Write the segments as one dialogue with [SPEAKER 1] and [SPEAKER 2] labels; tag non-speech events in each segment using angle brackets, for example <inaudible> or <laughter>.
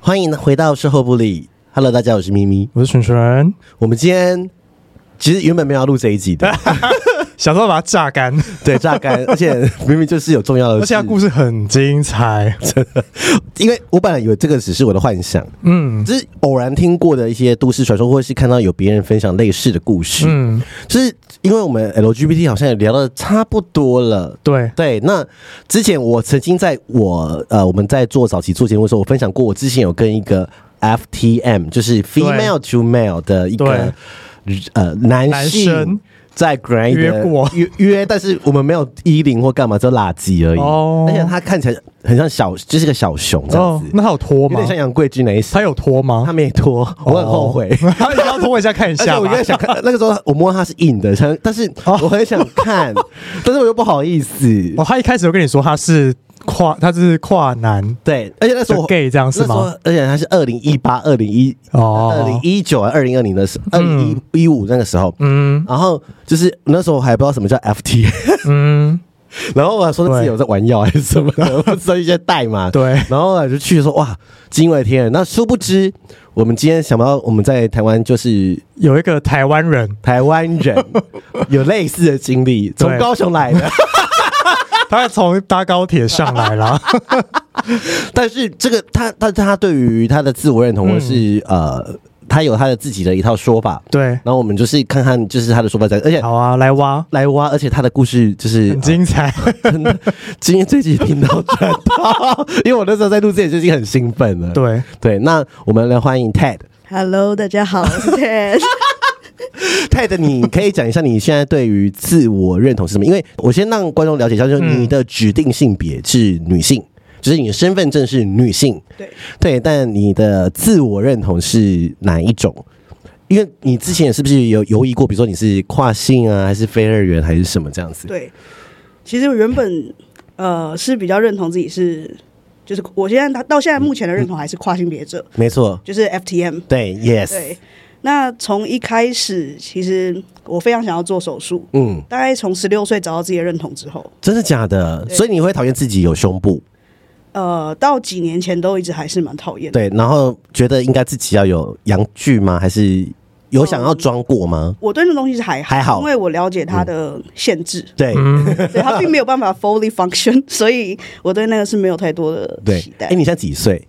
[SPEAKER 1] 欢迎回到售后部里。Hello，大家，我是咪咪。
[SPEAKER 2] 我是纯纯，
[SPEAKER 1] 我们今天其实原本没有要录这一集
[SPEAKER 2] <laughs>
[SPEAKER 1] 的，
[SPEAKER 2] 想说把它榨干，
[SPEAKER 1] 对，榨干，而且 <laughs> 明明就是有重要的
[SPEAKER 2] 而
[SPEAKER 1] 事，
[SPEAKER 2] 且它故事很精彩。
[SPEAKER 1] 因为我本来以为这个只是我的幻想，
[SPEAKER 2] 嗯
[SPEAKER 1] 只是偶然听过的一些都市传说，或者是看到有别人分享类似的故事，
[SPEAKER 2] 嗯，
[SPEAKER 1] 就是因为我们 LGBT 好像也聊的差不多了。
[SPEAKER 2] <laughs> 对，
[SPEAKER 1] 对，那之前我曾经在我呃我们在做早期做节目的时候，我分享过，我之前有跟一个 FTM，就是 female to male 的一个呃男
[SPEAKER 2] 男
[SPEAKER 1] 性
[SPEAKER 2] 生
[SPEAKER 1] 在 grind
[SPEAKER 2] 约过
[SPEAKER 1] 约约，但是我们没有衣领或干嘛，只有垃圾而已。
[SPEAKER 2] 哦
[SPEAKER 1] 而且他看起来很像小，就是个小熊这样
[SPEAKER 2] 哦
[SPEAKER 1] 子，，
[SPEAKER 2] 那他有拖
[SPEAKER 1] 有
[SPEAKER 2] 吗
[SPEAKER 1] 点？像杨贵妃那一型
[SPEAKER 2] 他。有拖吗
[SPEAKER 1] 他？没脱，我很后悔。 <laughs>
[SPEAKER 2] 他你要拖一下看一
[SPEAKER 1] 而且
[SPEAKER 2] 下
[SPEAKER 1] 我
[SPEAKER 2] 哦吧
[SPEAKER 1] 应。该想看，那个时候我摸它是硬的，想，但是我很想看，但是我又不好意思。
[SPEAKER 2] 哦，他一开始就跟你说他是跨，他是跨男
[SPEAKER 1] 对，而且那时候
[SPEAKER 2] 就
[SPEAKER 1] 我
[SPEAKER 2] gay 这样
[SPEAKER 1] 那
[SPEAKER 2] 是
[SPEAKER 1] 时候
[SPEAKER 2] 吗？，
[SPEAKER 1] 而且它是二零一八、二零一、二零
[SPEAKER 2] 哦，
[SPEAKER 1] 一九、二零二零的时，二零一一五那个时候，
[SPEAKER 2] 嗯
[SPEAKER 1] 然后就是那时候我还不知道什么叫 FT，
[SPEAKER 2] 嗯，
[SPEAKER 1] <laughs> 然后我还说自己有在玩药还是什么的，不知道一些代码。
[SPEAKER 2] 对，
[SPEAKER 1] 然后我就去说哇，惊为天人。那殊不知，我们今天想不到我们在台湾就是
[SPEAKER 2] 有一个台湾人，
[SPEAKER 1] 台湾
[SPEAKER 2] <laughs>
[SPEAKER 1] 人有类似的经历，从
[SPEAKER 2] 对
[SPEAKER 1] 高雄来的。
[SPEAKER 2] 他从搭高铁上
[SPEAKER 1] <laughs>
[SPEAKER 2] 来啦。
[SPEAKER 1] <laughs> 但是这个他，但是他对于他的自我认同
[SPEAKER 2] 嗯
[SPEAKER 1] 或是、呃，他有他的自己的一套说法。
[SPEAKER 2] 对，
[SPEAKER 1] 然后我们就是看看，就是他的说法在，而且
[SPEAKER 2] 好啊，来挖，
[SPEAKER 1] 来挖，而且他的故事就是 <laughs>
[SPEAKER 2] 很精彩。
[SPEAKER 1] 呃真的，今天这集听到赚到，因为我那时候在录之前就已经很兴奋了。
[SPEAKER 2] 对，
[SPEAKER 1] 对，那我们来欢迎 Ted，Ted，
[SPEAKER 3] Hello，大家好，我 <laughs> 是 Ted。
[SPEAKER 1] 你可以讲一下你现在对于自我认同是什么？因为我先让观众了解一下，就是你的指定性别是女性，就是你的身份证是女性，
[SPEAKER 3] 对，
[SPEAKER 1] 对，但你的自我认同是哪一种？因为你之前是不是有犹疑过，比如说你是跨性啊，还是非二元，还是什么这样子？
[SPEAKER 3] 对，其实我原本呃是比较认同自己是，就是我现在到到现在目前的认同还是跨性别者，
[SPEAKER 1] 没错，
[SPEAKER 3] 就是 FTM。
[SPEAKER 1] 对，yes，
[SPEAKER 3] 对，那从一开始，其实我非常想要做手术，
[SPEAKER 1] 嗯，
[SPEAKER 3] 大概从十六岁找到自己的认同之后，
[SPEAKER 1] 真的假的？
[SPEAKER 3] 对
[SPEAKER 1] 所以你会讨厌自己有胸部，
[SPEAKER 3] 呃，到几年前都一直还是蛮讨厌的。
[SPEAKER 1] 对，然后觉得应该自己要有阳具吗？还是有想要装过吗？
[SPEAKER 3] 我对那东西是还好，
[SPEAKER 1] 还好嗯
[SPEAKER 3] 因为我了解它的限制，
[SPEAKER 1] 对，
[SPEAKER 2] 嗯
[SPEAKER 3] 对它并没有办法 fully function，所以我对那个是没有太多的
[SPEAKER 1] 对
[SPEAKER 3] 期，待
[SPEAKER 1] 哎、。你现在几岁？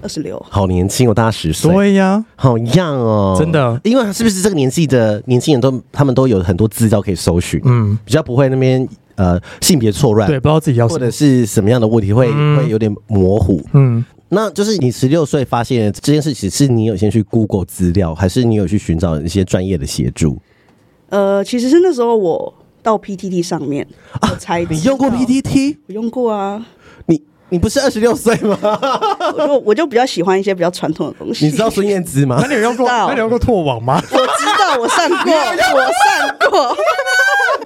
[SPEAKER 3] 二十六，
[SPEAKER 1] 好年轻，哦我大十岁，
[SPEAKER 2] 对呀，
[SPEAKER 1] 好样哦，
[SPEAKER 2] 真的
[SPEAKER 1] 因为是不是这个年纪的年轻人都他们都有很多资料可以搜寻，
[SPEAKER 2] 嗯，
[SPEAKER 1] 比较不会那边呃性别错乱，
[SPEAKER 2] 对，不知道自己要
[SPEAKER 1] 或
[SPEAKER 2] 什
[SPEAKER 1] 者
[SPEAKER 2] 么。
[SPEAKER 1] 是什么样的问题会、
[SPEAKER 2] 嗯
[SPEAKER 1] 会有点模糊。
[SPEAKER 2] 嗯，
[SPEAKER 1] 那就是你十六岁发现这件事情，是你有先去 Google 资料，还是你有去寻找一些专业的协助？
[SPEAKER 3] 呃，其实是那时候我到 PTT 上面，我才
[SPEAKER 1] 啊你用过
[SPEAKER 3] 知道
[SPEAKER 1] PTT？
[SPEAKER 3] 我用过啊，
[SPEAKER 1] 你你不是二十六岁吗？
[SPEAKER 3] 我就我就比较喜欢一些比较传统的东西。
[SPEAKER 1] 你知道孙燕姿吗
[SPEAKER 2] 那？你有用过？
[SPEAKER 3] 知道
[SPEAKER 2] 那你有用过拓网
[SPEAKER 1] <laughs>
[SPEAKER 2] 吗？
[SPEAKER 3] 我知道，我上过，我上过，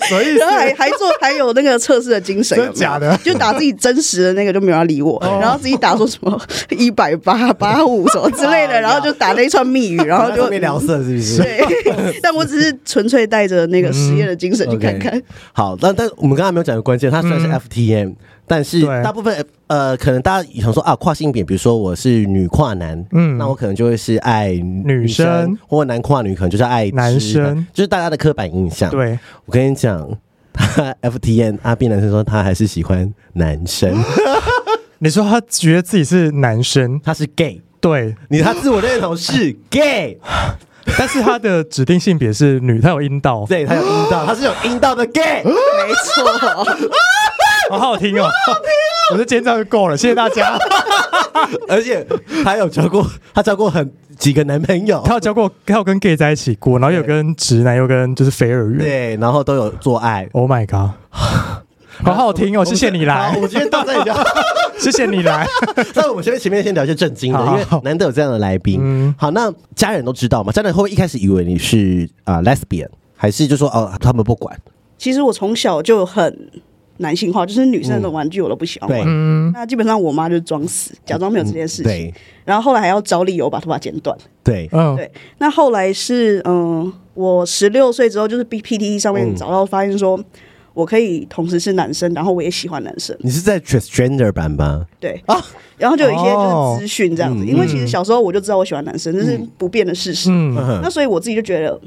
[SPEAKER 2] 所以
[SPEAKER 3] 然后还还做还有那个测试的精神，
[SPEAKER 2] 真
[SPEAKER 3] 有没有
[SPEAKER 2] 假的
[SPEAKER 3] 就打自己真实的那个就没有人要理我，
[SPEAKER 1] 哦
[SPEAKER 3] 然后自己打说什么 <laughs> 一百八八五什么之类
[SPEAKER 1] 哦
[SPEAKER 3] 的，然后就打了一串密语，然后
[SPEAKER 1] 然后
[SPEAKER 3] 就
[SPEAKER 1] 就。聊色是不是？
[SPEAKER 3] 对， <laughs> 但我只是纯粹带着那个实验的精神去看看。
[SPEAKER 1] 嗯 OK 好，但但我们刚才没有讲的关键，它虽然是 FTM，、但是
[SPEAKER 2] 对
[SPEAKER 1] 大部分呃，可能大家想说啊，跨性别，比如说我是女跨男，嗯，
[SPEAKER 2] 嗯
[SPEAKER 1] 那我可能就会是爱女
[SPEAKER 2] 女生
[SPEAKER 1] 或男跨女可能就是爱
[SPEAKER 2] 男
[SPEAKER 1] 直
[SPEAKER 2] 生
[SPEAKER 1] 就是大家的刻板印象。，
[SPEAKER 2] 对，
[SPEAKER 1] 我跟你讲。他 FTN 阿斌男生说他还是喜欢男生，
[SPEAKER 2] 你说他觉得自己是男生，
[SPEAKER 1] <laughs> 他是 gay，
[SPEAKER 2] 对，
[SPEAKER 1] 你他自我认同是 gay，
[SPEAKER 2] 但是他的指定性别是女，他有
[SPEAKER 1] <laughs>
[SPEAKER 2] 阴道，
[SPEAKER 1] 对他有阴道，他是有阴道的 gay。
[SPEAKER 3] 没错，
[SPEAKER 2] 好好听哦，我觉得今天这样就够了，谢谢大
[SPEAKER 1] <laughs>
[SPEAKER 2] 家。
[SPEAKER 1] <laughs> 而且他有交过，他交过很几个男朋友，
[SPEAKER 2] 他有交过，他有跟 gay 在一起过，然后有跟直男，又跟就是肥儿圆。
[SPEAKER 1] 对，然后都有做爱。
[SPEAKER 2] Oh my god，好好听哦，谢谢你
[SPEAKER 1] 好
[SPEAKER 2] 来
[SPEAKER 1] 我，们今天到这里就， <laughs>
[SPEAKER 2] 谢谢你来。
[SPEAKER 1] 那我们前面前面先聊一些正经的，
[SPEAKER 2] 好
[SPEAKER 1] 因为
[SPEAKER 2] 好
[SPEAKER 1] 难得有这样的来宾
[SPEAKER 2] 嗯。
[SPEAKER 1] 好，那家人都知道嘛？家人会不会一开始以为你是啊 lesbian，还是就说哦他们不管？
[SPEAKER 3] 其实我从小就很男性化，就是女生那种玩具我都不喜欢玩。
[SPEAKER 1] 对，嗯
[SPEAKER 2] 嗯，
[SPEAKER 3] 那基本上我妈就是装死，假装没有这件事情。
[SPEAKER 1] 对
[SPEAKER 3] 然后后来还要找理由把头发剪短。
[SPEAKER 1] <laughs> 对，
[SPEAKER 2] 嗯，
[SPEAKER 3] 对，那呃后来是嗯、我十六岁之后，就是 B P T 上面找到发现说。我可以同时是男生，然后我也喜欢男生，
[SPEAKER 1] 你是在 transgender 版吧？
[SPEAKER 3] 对
[SPEAKER 1] 啊
[SPEAKER 3] 然后就有一些
[SPEAKER 2] 哦
[SPEAKER 3] 就是资讯这样子，因为其实小时候我就知道我喜欢男生，这是不变的事实。
[SPEAKER 2] 嗯，
[SPEAKER 3] 那所以我自己就觉得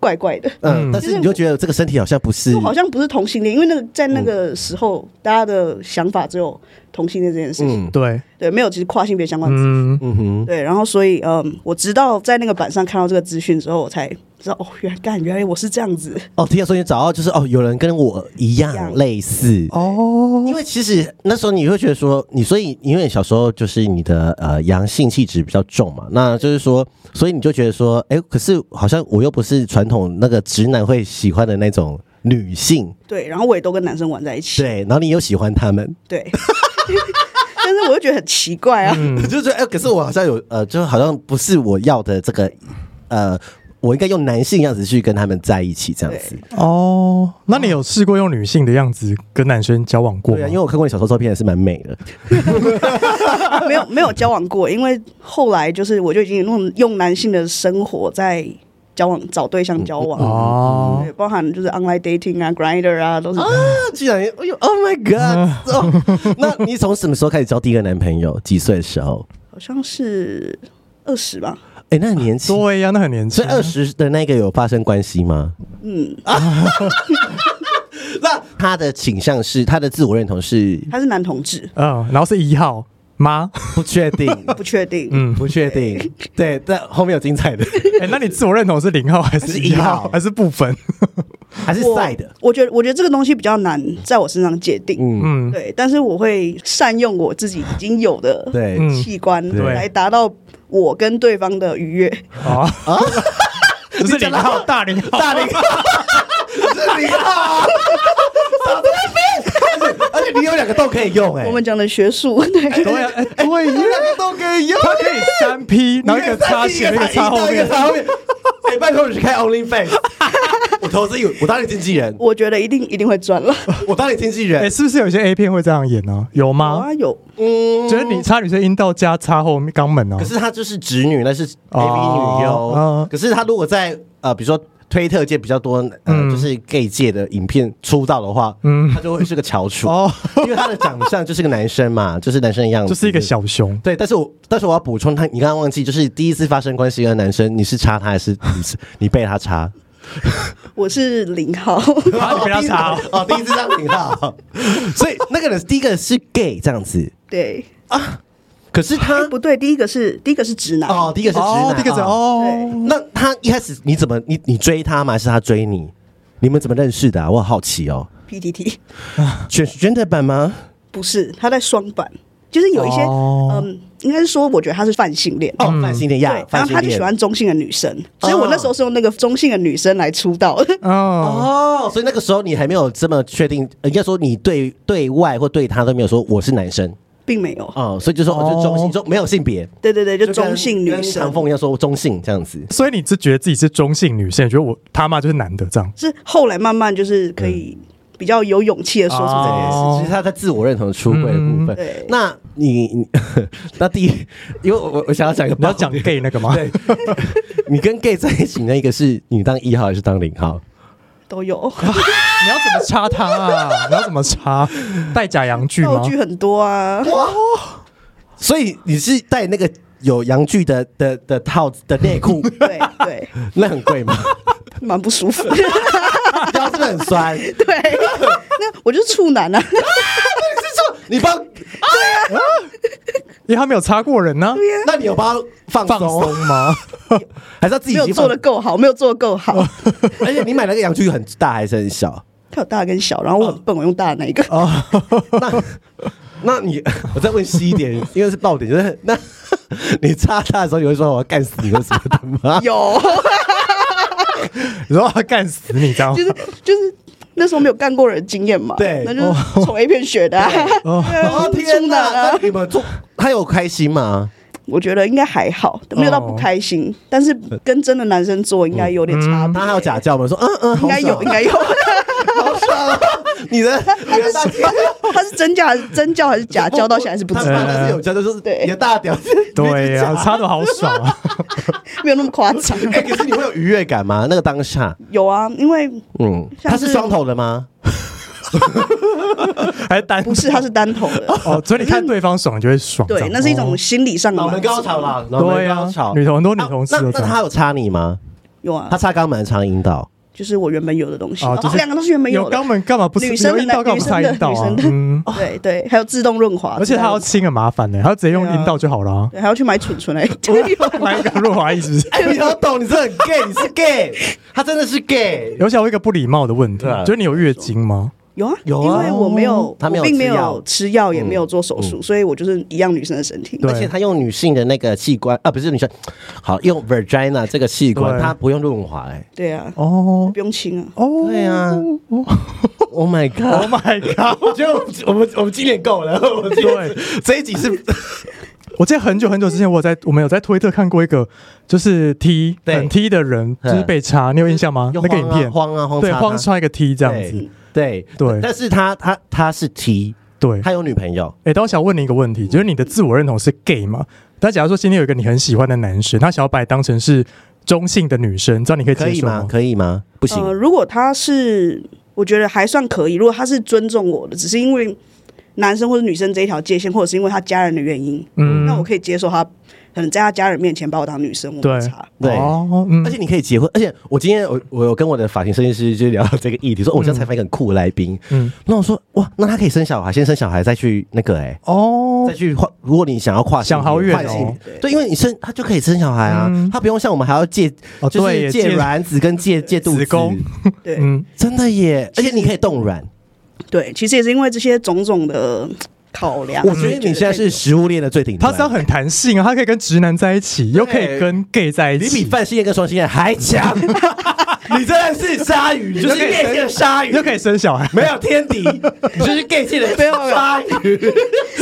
[SPEAKER 3] 怪怪的，
[SPEAKER 1] 嗯，但
[SPEAKER 3] 就是是
[SPEAKER 1] 你就觉得这个身体好像不是
[SPEAKER 3] 就，好像不是同性恋，因为那个在那个时候大家的想法只有同性恋这件事情，
[SPEAKER 1] 嗯
[SPEAKER 2] 对，
[SPEAKER 3] 对，没有其实跨性别相关的资讯。
[SPEAKER 2] 嗯，
[SPEAKER 1] 嗯哼，
[SPEAKER 3] 对，然后所以嗯，我直到在那个板上看到这个资讯之后，我才知道哦，原来干，原来我是这样子。
[SPEAKER 1] 哦，天啊，所以你找到就是哦，有人跟我一
[SPEAKER 3] 一
[SPEAKER 1] 样
[SPEAKER 3] 样
[SPEAKER 1] 类似，
[SPEAKER 2] 哦，
[SPEAKER 1] 因为其实那时候你会觉得说，你所以因为你小时候就是你的呃阳性气质比较重嘛，那就是说，所以你就觉得说，哎、可是好像我又不是传统那个直男会喜欢的那种女性，
[SPEAKER 3] 对，然后我也都跟男生玩在一起。
[SPEAKER 1] 对，然后你又喜欢他们，
[SPEAKER 3] 对， <laughs> 但是我又觉得很奇怪啊。
[SPEAKER 1] 就是说，哎、可是我好像有呃，就是好像不是我要的这个呃，我应该用男性样子去跟他们在一起这样子。
[SPEAKER 2] 哦，那你有试过用女性的样子跟男生交往过吗？
[SPEAKER 1] 对啊，因为我看过你小时候照片，也是蛮美的。
[SPEAKER 3] 没有没有交往过，因为后来就是我就已经用用男性的生活在交往找对象交往。
[SPEAKER 1] 嗯
[SPEAKER 2] 哦，
[SPEAKER 3] 对，包含就是 online dating 啊、grinder 啊，都是、
[SPEAKER 1] 啊居然，哎呦，Oh my God！、哦、那你从什么时候开始交第一个男朋友？几岁的时候？
[SPEAKER 3] 好像是二十吧，
[SPEAKER 1] 哎、那很年轻。
[SPEAKER 2] 对啊呀、那很年
[SPEAKER 1] 所
[SPEAKER 2] 轻
[SPEAKER 1] 以，二十的那个有发生关系吗？
[SPEAKER 3] 嗯，
[SPEAKER 1] <laughs> 那他的倾向是他的自我认同是
[SPEAKER 3] 他是男同志，
[SPEAKER 2] 嗯，然后是一号吗？
[SPEAKER 1] 不确定，
[SPEAKER 3] 不确定，
[SPEAKER 2] 嗯
[SPEAKER 1] 不确定。对，但后面有精彩的，
[SPEAKER 2] 哎、那你自我认同是零号还
[SPEAKER 1] 还是
[SPEAKER 2] 是
[SPEAKER 1] 一
[SPEAKER 2] 一
[SPEAKER 1] 号
[SPEAKER 2] 号，还是不分？
[SPEAKER 1] 还是
[SPEAKER 3] 我
[SPEAKER 1] 赛的。
[SPEAKER 3] 我觉得我觉得这个东西比较难在我身上界定，
[SPEAKER 1] 嗯，
[SPEAKER 2] 嗯，
[SPEAKER 3] 对，但是我会善用我自己已经有的
[SPEAKER 1] 对。
[SPEAKER 2] 嗯
[SPEAKER 3] 器官
[SPEAKER 1] 对
[SPEAKER 3] 来达到我跟对方的愉悦。
[SPEAKER 2] 啊 <laughs> 啊，不是零号，大零号，大零号，
[SPEAKER 1] 啊而且你有两个都可以用哎、
[SPEAKER 3] 我们讲的学术，对，
[SPEAKER 2] 对呀、哎对呀，
[SPEAKER 1] 两个都可以用。
[SPEAKER 2] 它可以三 P，然后一个插前，一个插后面，
[SPEAKER 1] 插后面。哎，拜托你去开 <laughs> OnlyFans，我投资有，我当你经纪人，
[SPEAKER 3] 我觉得一定一定会赚了。
[SPEAKER 1] 我当你经纪
[SPEAKER 2] 哎、
[SPEAKER 1] 人。
[SPEAKER 2] 是不是有些 A 片会这样演呢、有
[SPEAKER 3] 有 <laughs>
[SPEAKER 2] 吗？
[SPEAKER 3] 啊，有
[SPEAKER 1] 嗯，
[SPEAKER 2] 就是你插女生阴道加插后面肛门哦、
[SPEAKER 1] 可是她就是直女，那是 A V
[SPEAKER 2] 哦
[SPEAKER 1] 女优
[SPEAKER 2] 嗯。
[SPEAKER 1] 可是她如果在呃，比如说推特界比较多，呃，
[SPEAKER 2] 嗯
[SPEAKER 1] 就是 gay 界的影片出道的话，嗯，
[SPEAKER 2] 嗯
[SPEAKER 1] 她就会是个翘楚，
[SPEAKER 2] 哦，
[SPEAKER 1] 因为她的长相就是个男生嘛，就是男生的样子，
[SPEAKER 2] 就是一个。小熊，
[SPEAKER 1] 对，但是我但是我要补充，他你刚刚忘记，就是第一次发生关系的男生，你是插他还是你是你被他插？
[SPEAKER 3] 我是零号，
[SPEAKER 2] 然后你被他插哦、
[SPEAKER 1] 哦，第一次这样挺好。所以那个人第一个是 gay 这样子，
[SPEAKER 3] 对，
[SPEAKER 1] 可是他
[SPEAKER 3] 哎不对，第一个是第一个是直男，
[SPEAKER 1] 哦，第一个是直男，
[SPEAKER 2] 哦，这个是
[SPEAKER 1] 哦。
[SPEAKER 2] 哦，
[SPEAKER 1] 那他一开始你怎么你你追他吗？还是他追你？你们怎么认识的、啊？我很好奇哦。
[SPEAKER 3] ，PTT
[SPEAKER 1] 选 gender 版吗？
[SPEAKER 3] 不是，他在双版，就是有一些
[SPEAKER 2] 哦
[SPEAKER 3] 嗯，应该是说，我觉得他是泛性恋。
[SPEAKER 1] 哦，范心的呀
[SPEAKER 3] 嗯对，，然
[SPEAKER 1] 范
[SPEAKER 3] 后
[SPEAKER 1] 心
[SPEAKER 3] 他就喜欢中性的女生，
[SPEAKER 1] 哦
[SPEAKER 3] 所以我那时候是用那个中性的女生来出道的。
[SPEAKER 1] 嗯
[SPEAKER 2] 哦，
[SPEAKER 1] 哦，所以那个时候你还没有这么确定，呃应该说你对对外或对他都没有说我是男生
[SPEAKER 3] <laughs> 并没有。
[SPEAKER 1] 哦，所以就说我就中性
[SPEAKER 2] 哦
[SPEAKER 1] 中没有性别，
[SPEAKER 3] 对对对，就
[SPEAKER 1] 跟
[SPEAKER 3] 中性女
[SPEAKER 1] 跟
[SPEAKER 3] 生
[SPEAKER 1] 长。凤一样说中性这样子。
[SPEAKER 2] 所以你是觉得自己是中性女性，觉得我他妈就是男的这样，
[SPEAKER 3] 是后来慢慢就是可以比较有勇气的说出
[SPEAKER 1] 嗯
[SPEAKER 3] 这件事。
[SPEAKER 2] 哦
[SPEAKER 1] 其实他在自我认同的出柜的部分。
[SPEAKER 3] 对
[SPEAKER 1] 那你你 <laughs> 那第一，因为我我我想要讲一个
[SPEAKER 2] 你
[SPEAKER 1] 爆
[SPEAKER 2] 要
[SPEAKER 1] 点，
[SPEAKER 2] 讲 gay 那个吗？
[SPEAKER 1] 对，你跟 gay 在一起那个是你当一号还是当零号？
[SPEAKER 3] 都
[SPEAKER 1] 哦
[SPEAKER 3] <laughs> 有，
[SPEAKER 2] 你要怎么插他啊？你要怎么插？戴假洋具
[SPEAKER 3] 道
[SPEAKER 2] 吗？
[SPEAKER 3] 具很
[SPEAKER 1] <laughs>
[SPEAKER 3] 多啊。
[SPEAKER 1] 所以你是带那个有洋具的的的套子的内
[SPEAKER 2] <laughs>
[SPEAKER 1] 裤，
[SPEAKER 3] 对对，
[SPEAKER 1] 那很贵吗？
[SPEAKER 3] 蛮不舒服。 <laughs>
[SPEAKER 1] <laughs> 腰真的很酸，你
[SPEAKER 3] 对，那我就是处男啊。
[SPEAKER 1] 你帮，
[SPEAKER 2] 因为他没有插过人呢、
[SPEAKER 1] 那你有帮他放
[SPEAKER 2] 放
[SPEAKER 1] 松，
[SPEAKER 2] 松吗？
[SPEAKER 1] 还是他自己
[SPEAKER 3] 没
[SPEAKER 1] 已
[SPEAKER 3] 有
[SPEAKER 1] 经
[SPEAKER 3] 做
[SPEAKER 1] 放哦
[SPEAKER 3] 的？够好，没有做的够好。
[SPEAKER 1] 而且你买那个洋具很大还是很小？
[SPEAKER 3] 它有大跟小，然后
[SPEAKER 1] 哦
[SPEAKER 3] 我很笨，我用大的那一个。
[SPEAKER 1] <laughs> 那那你， <laughs> 我再问细一点，因为是爆点，就是那 <laughs> 你插他的时候，你会说我要干死你，或什么的
[SPEAKER 3] <laughs>
[SPEAKER 1] 吗？
[SPEAKER 3] 有，
[SPEAKER 2] <laughs> 你说要干死你这样
[SPEAKER 3] <laughs> 就？是就是那时候没有干过人的经验嘛。
[SPEAKER 1] 对
[SPEAKER 3] 那就是
[SPEAKER 2] 哦
[SPEAKER 3] 从 A 片学的啊。 <laughs> 对啊
[SPEAKER 1] 哦
[SPEAKER 3] 处男啊
[SPEAKER 1] 那，你们做他有开心吗？
[SPEAKER 3] <laughs> 我觉得应该还好，没
[SPEAKER 2] 哦
[SPEAKER 3] 有到不开心，但是跟真的男生做
[SPEAKER 2] 嗯
[SPEAKER 3] 应该有点差别。
[SPEAKER 1] 他还有假叫吗？说嗯嗯，
[SPEAKER 3] 应该有，应该有。 <laughs>
[SPEAKER 1] 好爽啊， <laughs> 你的你的大屌，
[SPEAKER 3] 他是真假真叫还是假叫，到现在还是不知
[SPEAKER 1] 他
[SPEAKER 2] 嗯
[SPEAKER 3] 道，
[SPEAKER 1] 爸爸是有叫，就是
[SPEAKER 3] 对
[SPEAKER 1] 你的大屌，
[SPEAKER 2] 对呀、
[SPEAKER 1] 啊，
[SPEAKER 2] 插的好爽
[SPEAKER 3] <laughs>
[SPEAKER 2] 啊！
[SPEAKER 3] <laughs> 没有那么夸
[SPEAKER 2] <laughs>
[SPEAKER 3] 张。
[SPEAKER 1] 哎，可是你会有愉悦感吗？那个当下，
[SPEAKER 3] 有啊，因为
[SPEAKER 1] 嗯，
[SPEAKER 3] 像
[SPEAKER 1] 他
[SPEAKER 3] 是
[SPEAKER 1] 是双头的吗？
[SPEAKER 2] 还单
[SPEAKER 3] 不是，他是单头的。
[SPEAKER 2] 哦，所以你看对方爽就会爽，这
[SPEAKER 3] 对，
[SPEAKER 2] 样哦
[SPEAKER 3] 那是一种心理上的
[SPEAKER 1] 脑门
[SPEAKER 3] 满
[SPEAKER 1] 高
[SPEAKER 3] 足。
[SPEAKER 1] 潮啦，脑
[SPEAKER 2] 对
[SPEAKER 1] 门
[SPEAKER 2] 啊
[SPEAKER 1] 高潮。，
[SPEAKER 2] 女同很多女同事
[SPEAKER 1] 啊那
[SPEAKER 2] 都这
[SPEAKER 1] 那
[SPEAKER 2] 样
[SPEAKER 1] 他有插你吗？
[SPEAKER 3] 有啊
[SPEAKER 1] 他，插肛门插阴道，
[SPEAKER 3] 就是我原本有的东西，
[SPEAKER 2] 哦就是
[SPEAKER 3] 哦两个都是原本
[SPEAKER 2] 有
[SPEAKER 3] 的
[SPEAKER 2] 肛。门干嘛不是
[SPEAKER 3] 女生的
[SPEAKER 2] 有阴道干嘛不插阴道啊
[SPEAKER 3] 女生？的
[SPEAKER 2] 嗯，
[SPEAKER 3] <laughs> 对对，还有自动润滑，
[SPEAKER 2] 而且他要
[SPEAKER 3] 知道吗
[SPEAKER 2] 清很麻烦呢，他直接用阴道就好了啊。
[SPEAKER 3] 对还要去买蠢 <laughs> 蠢哎，
[SPEAKER 2] 买一个润滑液是不是？
[SPEAKER 1] 哎，你要懂，你是很 gay，你是 gay，他真的是 gay。
[SPEAKER 2] 有想一个不礼貌的问题
[SPEAKER 1] 对啊，
[SPEAKER 2] 就是你有月经吗？
[SPEAKER 3] 有啊
[SPEAKER 1] 有啊
[SPEAKER 3] 因为我没有，
[SPEAKER 1] 他没有
[SPEAKER 3] 我并没
[SPEAKER 1] 吃药嗯
[SPEAKER 3] 有吃药，也没有做手术，所以我就是一样女生的身体。
[SPEAKER 2] 对
[SPEAKER 1] 而且他用女性的那个器官啊，不是女生，好用 vagina 这个器官，
[SPEAKER 2] 对
[SPEAKER 1] 他不用润滑哎。
[SPEAKER 3] <laughs> 对啊，
[SPEAKER 2] 哦
[SPEAKER 3] 不用亲啊。
[SPEAKER 2] 哦
[SPEAKER 1] 对啊，Oh my
[SPEAKER 2] ，Oh
[SPEAKER 1] god！
[SPEAKER 2] my god！
[SPEAKER 1] 我觉得我们我们今年够了，我们今
[SPEAKER 2] 对，
[SPEAKER 1] 这一集是
[SPEAKER 2] 我记得很久很久之前，我有在我们有在推特看过一个，就是踢
[SPEAKER 1] 对
[SPEAKER 2] 很踢的人，就是被插，你有印象吗？
[SPEAKER 1] 有
[SPEAKER 2] 那个影片，
[SPEAKER 1] 慌啊慌啊，
[SPEAKER 2] 对，
[SPEAKER 1] 插
[SPEAKER 2] 慌
[SPEAKER 1] 他
[SPEAKER 2] 穿一个 T 这样子，
[SPEAKER 1] 对
[SPEAKER 2] 对
[SPEAKER 1] 但是他他他是 T，
[SPEAKER 2] 对。
[SPEAKER 1] 他有女朋友，
[SPEAKER 2] 哎，但我想问你一个问题，就是你的自我认同是 gay 吗？但假如说今天有一个你很喜欢的男生，他想要把你当成是中性的女生，这样你可以
[SPEAKER 1] 可
[SPEAKER 2] 接
[SPEAKER 1] 以
[SPEAKER 2] 受
[SPEAKER 1] 吗？？可以吗？不行
[SPEAKER 3] 呃，，如果他是，我觉得还算可以。如果他是尊重我的，只是因为男生或者女生这一条界限，或者是因为他家人的原因，
[SPEAKER 2] 嗯
[SPEAKER 3] 那我可以接受他可能在他家人面前把我当女生，我
[SPEAKER 2] 对
[SPEAKER 3] 没差。
[SPEAKER 1] 对。
[SPEAKER 2] 哦，嗯
[SPEAKER 1] 而且你可以结婚，而且我今天我我有跟我的发型设计师就聊到这个议题，说我今天采访一个很酷的来宾，
[SPEAKER 2] 嗯，
[SPEAKER 1] 那我说哇，那他可以生小孩，先生小孩再去那个哎、
[SPEAKER 2] 哦
[SPEAKER 1] 再，去换。如果你想要跨性别
[SPEAKER 2] 想好远哦
[SPEAKER 1] 换性别对，因为你生他就可以生小孩啊，
[SPEAKER 2] 嗯
[SPEAKER 1] 他不用像我们还要借，
[SPEAKER 2] 哦
[SPEAKER 1] 就
[SPEAKER 2] 对
[SPEAKER 1] 是
[SPEAKER 2] 耶
[SPEAKER 1] 借
[SPEAKER 2] 借
[SPEAKER 1] 卵子跟借借肚
[SPEAKER 2] 哦子宫
[SPEAKER 3] 对、
[SPEAKER 2] 嗯，
[SPEAKER 1] 真的耶！而且你可以冻卵，
[SPEAKER 3] 对，其实也是因为这些种种的考量。
[SPEAKER 2] 嗯
[SPEAKER 1] 我觉得你现在是食物链的最顶
[SPEAKER 2] 他
[SPEAKER 1] 端，
[SPEAKER 2] 这样很弹性啊，他可以跟直男在一起，又可以跟 gay 在一
[SPEAKER 1] 你比
[SPEAKER 2] 起，
[SPEAKER 1] 范性恋跟双性恋还强，
[SPEAKER 2] <laughs>
[SPEAKER 1] 你真的是鲨鱼，你就是
[SPEAKER 2] 又可以
[SPEAKER 1] gay 界的鲨鱼，
[SPEAKER 2] 又可以生小孩。
[SPEAKER 1] <laughs> 没有天敌，你就是 gay 界的鲨鱼。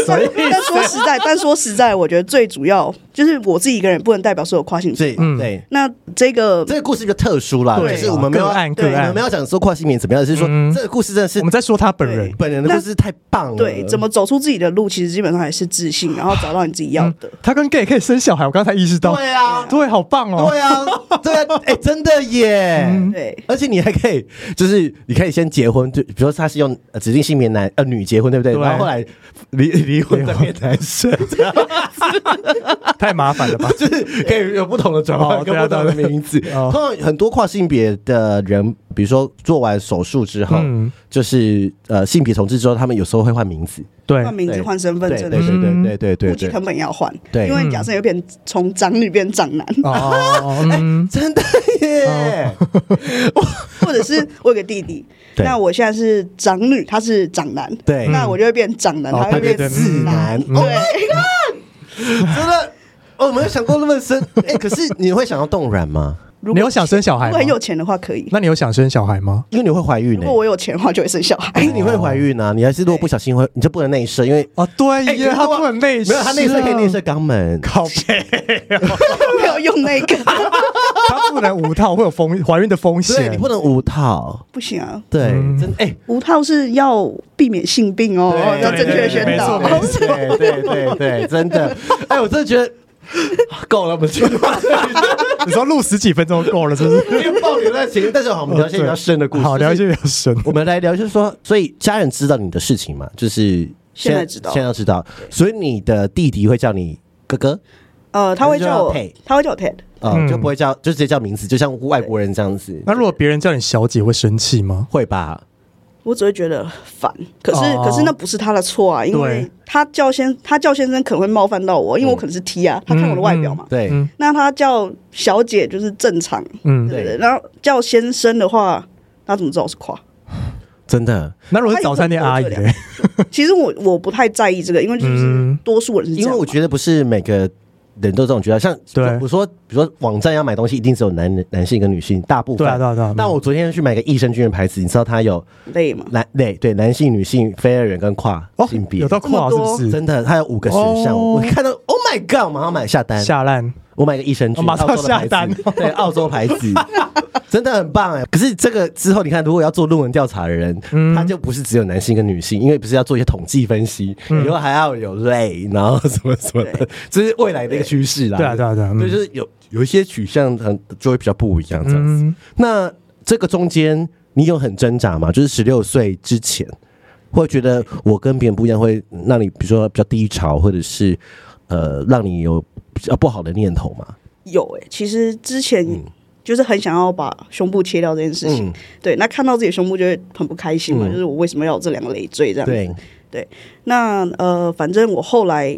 [SPEAKER 3] 但但说实在，但说实在，我觉得最主要就是我自己一个人不能代表所有跨性别。
[SPEAKER 1] 对
[SPEAKER 2] 嗯
[SPEAKER 1] 对，
[SPEAKER 3] 那这个
[SPEAKER 1] 这个故事比较特殊啦，就
[SPEAKER 2] 对
[SPEAKER 1] 是我们没有
[SPEAKER 2] 个案
[SPEAKER 1] 对
[SPEAKER 2] 个案
[SPEAKER 1] 我们没有讲说跨性别怎么样，是说
[SPEAKER 2] 嗯
[SPEAKER 1] 这个故事真的是哎
[SPEAKER 2] 我们在说他本人
[SPEAKER 3] 对，
[SPEAKER 1] 本人的故事太棒了，
[SPEAKER 3] 对怎么走出自己的路，其实基本上还是自
[SPEAKER 1] 啊
[SPEAKER 3] 信，然后找到你自己要的。
[SPEAKER 2] 嗯他跟 gay 可以生小孩，我刚才意识到，
[SPEAKER 1] 对啊，
[SPEAKER 2] 对，好棒哦嗯
[SPEAKER 1] 对，啊， <laughs> 对啊，哎，真的耶！
[SPEAKER 3] 对
[SPEAKER 1] 而且你还可以，就是你可以先结婚，就比如说他是用呃指定性别男呃女结婚，对不对？
[SPEAKER 2] 对
[SPEAKER 1] 然后后来离离婚再变男生，这样
[SPEAKER 2] 太麻烦了吧？
[SPEAKER 1] 啊 <laughs> 就是可以有不同的转换 <laughs>
[SPEAKER 2] 哦
[SPEAKER 1] 跟
[SPEAKER 2] 对啊
[SPEAKER 1] 不同的名字。
[SPEAKER 2] 对啊
[SPEAKER 1] 通常很多跨性别的人，比如说做完手术之后，
[SPEAKER 2] 嗯
[SPEAKER 1] 就是呃性别重置之后，他们有时候会换名字，
[SPEAKER 2] 对
[SPEAKER 3] 换名字、
[SPEAKER 1] 对
[SPEAKER 3] 换身份
[SPEAKER 1] 对
[SPEAKER 3] 证
[SPEAKER 1] 对对，对
[SPEAKER 2] 嗯
[SPEAKER 1] 对对对
[SPEAKER 3] 户籍
[SPEAKER 1] 对，
[SPEAKER 3] 成本也要换。
[SPEAKER 1] 对
[SPEAKER 3] 因为假设有变从长女变长男，
[SPEAKER 2] 哦，
[SPEAKER 1] <laughs>
[SPEAKER 2] 嗯，
[SPEAKER 1] 真的耶！
[SPEAKER 3] <laughs>
[SPEAKER 2] 哦
[SPEAKER 3] 或者是我有个弟弟，
[SPEAKER 1] <laughs> 对
[SPEAKER 3] 那我现在是长女，他是长男，
[SPEAKER 1] 对
[SPEAKER 3] 那我就会变长男，
[SPEAKER 2] 哦
[SPEAKER 3] 他会变
[SPEAKER 2] 对对对
[SPEAKER 3] 四男，
[SPEAKER 1] 嗯
[SPEAKER 3] 对，
[SPEAKER 1] 真的，哦我没有想过那么
[SPEAKER 2] <laughs>
[SPEAKER 1] 深。哎，可是你会想要冻卵吗？
[SPEAKER 3] 如
[SPEAKER 2] 你
[SPEAKER 3] 果
[SPEAKER 2] 有想生小孩
[SPEAKER 3] 如
[SPEAKER 2] 吗
[SPEAKER 3] 果？很有钱的话可以，
[SPEAKER 2] 那你有想生小孩吗？
[SPEAKER 1] 因为你会怀孕
[SPEAKER 3] 如
[SPEAKER 1] 呢
[SPEAKER 3] 果。我有钱的话就会生小孩 <laughs>
[SPEAKER 1] 可，是你会怀孕啊？你还是如果不小心会，你就不能内射，因为
[SPEAKER 2] 哦，对
[SPEAKER 1] 哎
[SPEAKER 2] 耶，
[SPEAKER 1] 可是
[SPEAKER 2] 他
[SPEAKER 1] 我
[SPEAKER 2] 不能内射，
[SPEAKER 1] 没有他内射可以内射，肛门。 <laughs>
[SPEAKER 2] 靠背，
[SPEAKER 3] 没有用那个， <laughs>
[SPEAKER 2] 他不能无套，会有风怀孕的风
[SPEAKER 1] 对你
[SPEAKER 2] 险
[SPEAKER 1] 不。能无套，
[SPEAKER 3] 不行啊。
[SPEAKER 1] 对，
[SPEAKER 2] 嗯
[SPEAKER 1] 真的哎，
[SPEAKER 3] 无套是要避免性病哦，要正确的宣导。哦
[SPEAKER 1] 没错没错对对对对，真的，哎，我真的觉得够了，我们 <laughs> 去吧，啊
[SPEAKER 2] 你说录十几分钟够了，是不是？
[SPEAKER 1] 因为爆点在前，但是好，我们聊一些比较 <laughs> 深的故事，
[SPEAKER 2] 好，聊一
[SPEAKER 1] 就是
[SPEAKER 2] 些比较深。
[SPEAKER 1] 我们来聊，就是说，所以家人知道你的事情嘛，就是
[SPEAKER 3] 现在知道
[SPEAKER 1] 现在要知道，所以你的弟弟会叫你哥哥，
[SPEAKER 3] 呃，他会
[SPEAKER 1] 还是
[SPEAKER 3] 叫
[SPEAKER 1] 要
[SPEAKER 3] 我
[SPEAKER 1] 配，
[SPEAKER 3] 他会叫我 Ted，
[SPEAKER 1] 呃，
[SPEAKER 2] 嗯
[SPEAKER 1] 就不会叫，就直接叫名字，就像外国人这样子，
[SPEAKER 2] 那如果别人叫你小姐，会生气吗？
[SPEAKER 1] 会吧？
[SPEAKER 3] 我只会觉得烦。可是、
[SPEAKER 2] 哦
[SPEAKER 3] 可是那不是他的错啊，因为
[SPEAKER 2] 对
[SPEAKER 3] 他叫先他叫先生可能会冒犯到我，因为我可能是 T 啊，他看我的外表嘛。
[SPEAKER 1] 对，
[SPEAKER 2] 嗯
[SPEAKER 3] 那他叫小姐就是正常，对
[SPEAKER 2] 嗯
[SPEAKER 3] 不，对？
[SPEAKER 1] 对
[SPEAKER 3] 然后叫先生的话，他怎么知道我是
[SPEAKER 2] <laughs>
[SPEAKER 3] 跨？
[SPEAKER 1] 真的，
[SPEAKER 2] 那如果是早餐店阿姨
[SPEAKER 3] 他有
[SPEAKER 2] 嘞，
[SPEAKER 3] 其实我我不太在意这个，因为就是
[SPEAKER 2] 嗯
[SPEAKER 3] 多数人是这
[SPEAKER 1] 因
[SPEAKER 3] 样
[SPEAKER 1] 为
[SPEAKER 3] 嘛。
[SPEAKER 1] 我觉得不是每个人都这种觉得，像
[SPEAKER 2] 对
[SPEAKER 1] 我我说，比如说网站要买东西，一定只有男男性跟女性，大部分。
[SPEAKER 2] 对啊对啊对啊
[SPEAKER 1] 但我昨天去买个益生菌的牌子，你知道它有
[SPEAKER 3] 累嘛，
[SPEAKER 1] 男对对男性、女性、非二元跟跨
[SPEAKER 2] 哦
[SPEAKER 1] 性，别，
[SPEAKER 2] 有到
[SPEAKER 3] 这么
[SPEAKER 2] 跨是不
[SPEAKER 3] 多
[SPEAKER 2] 是？
[SPEAKER 1] 真的它有五个选项，我
[SPEAKER 2] 哦
[SPEAKER 1] 看到 Oh my God，我马上买下单，
[SPEAKER 2] 下烂，
[SPEAKER 1] 我买个益生菌，
[SPEAKER 2] 哦马上
[SPEAKER 1] 澳洲的牌子
[SPEAKER 2] 下单
[SPEAKER 1] 对，澳洲牌子。
[SPEAKER 2] <laughs>
[SPEAKER 1] 真的很棒哎、可是这个之后，你看，如果要做论文调查的人，
[SPEAKER 2] 嗯
[SPEAKER 1] 他就不是只有男性跟女性，因为不是要做一些统计分析，
[SPEAKER 2] 嗯
[SPEAKER 1] 以后还要有类，然后什么什么的
[SPEAKER 3] 对，
[SPEAKER 1] 这是未来的一个趋势啦。
[SPEAKER 2] 对啊对啊对啊嗯
[SPEAKER 1] 对，就是有有一些取向，嗯，就会比较不一样这样子。
[SPEAKER 2] 嗯
[SPEAKER 1] 那这个中间，你有很挣扎吗？就是十六岁之前，会觉得我跟别人不一样，会让你比如说比较低潮，或者是呃，让你有比较不好的念头吗？
[SPEAKER 3] 有诶、其实之前
[SPEAKER 2] 嗯
[SPEAKER 3] 就是很想要把胸部切掉这件事情，对，那看到自己的胸部就会很不开心嘛，
[SPEAKER 1] 嗯
[SPEAKER 3] 就是我为什么要有这两个累赘这样？，
[SPEAKER 1] 对，
[SPEAKER 3] 那呃，反正我后来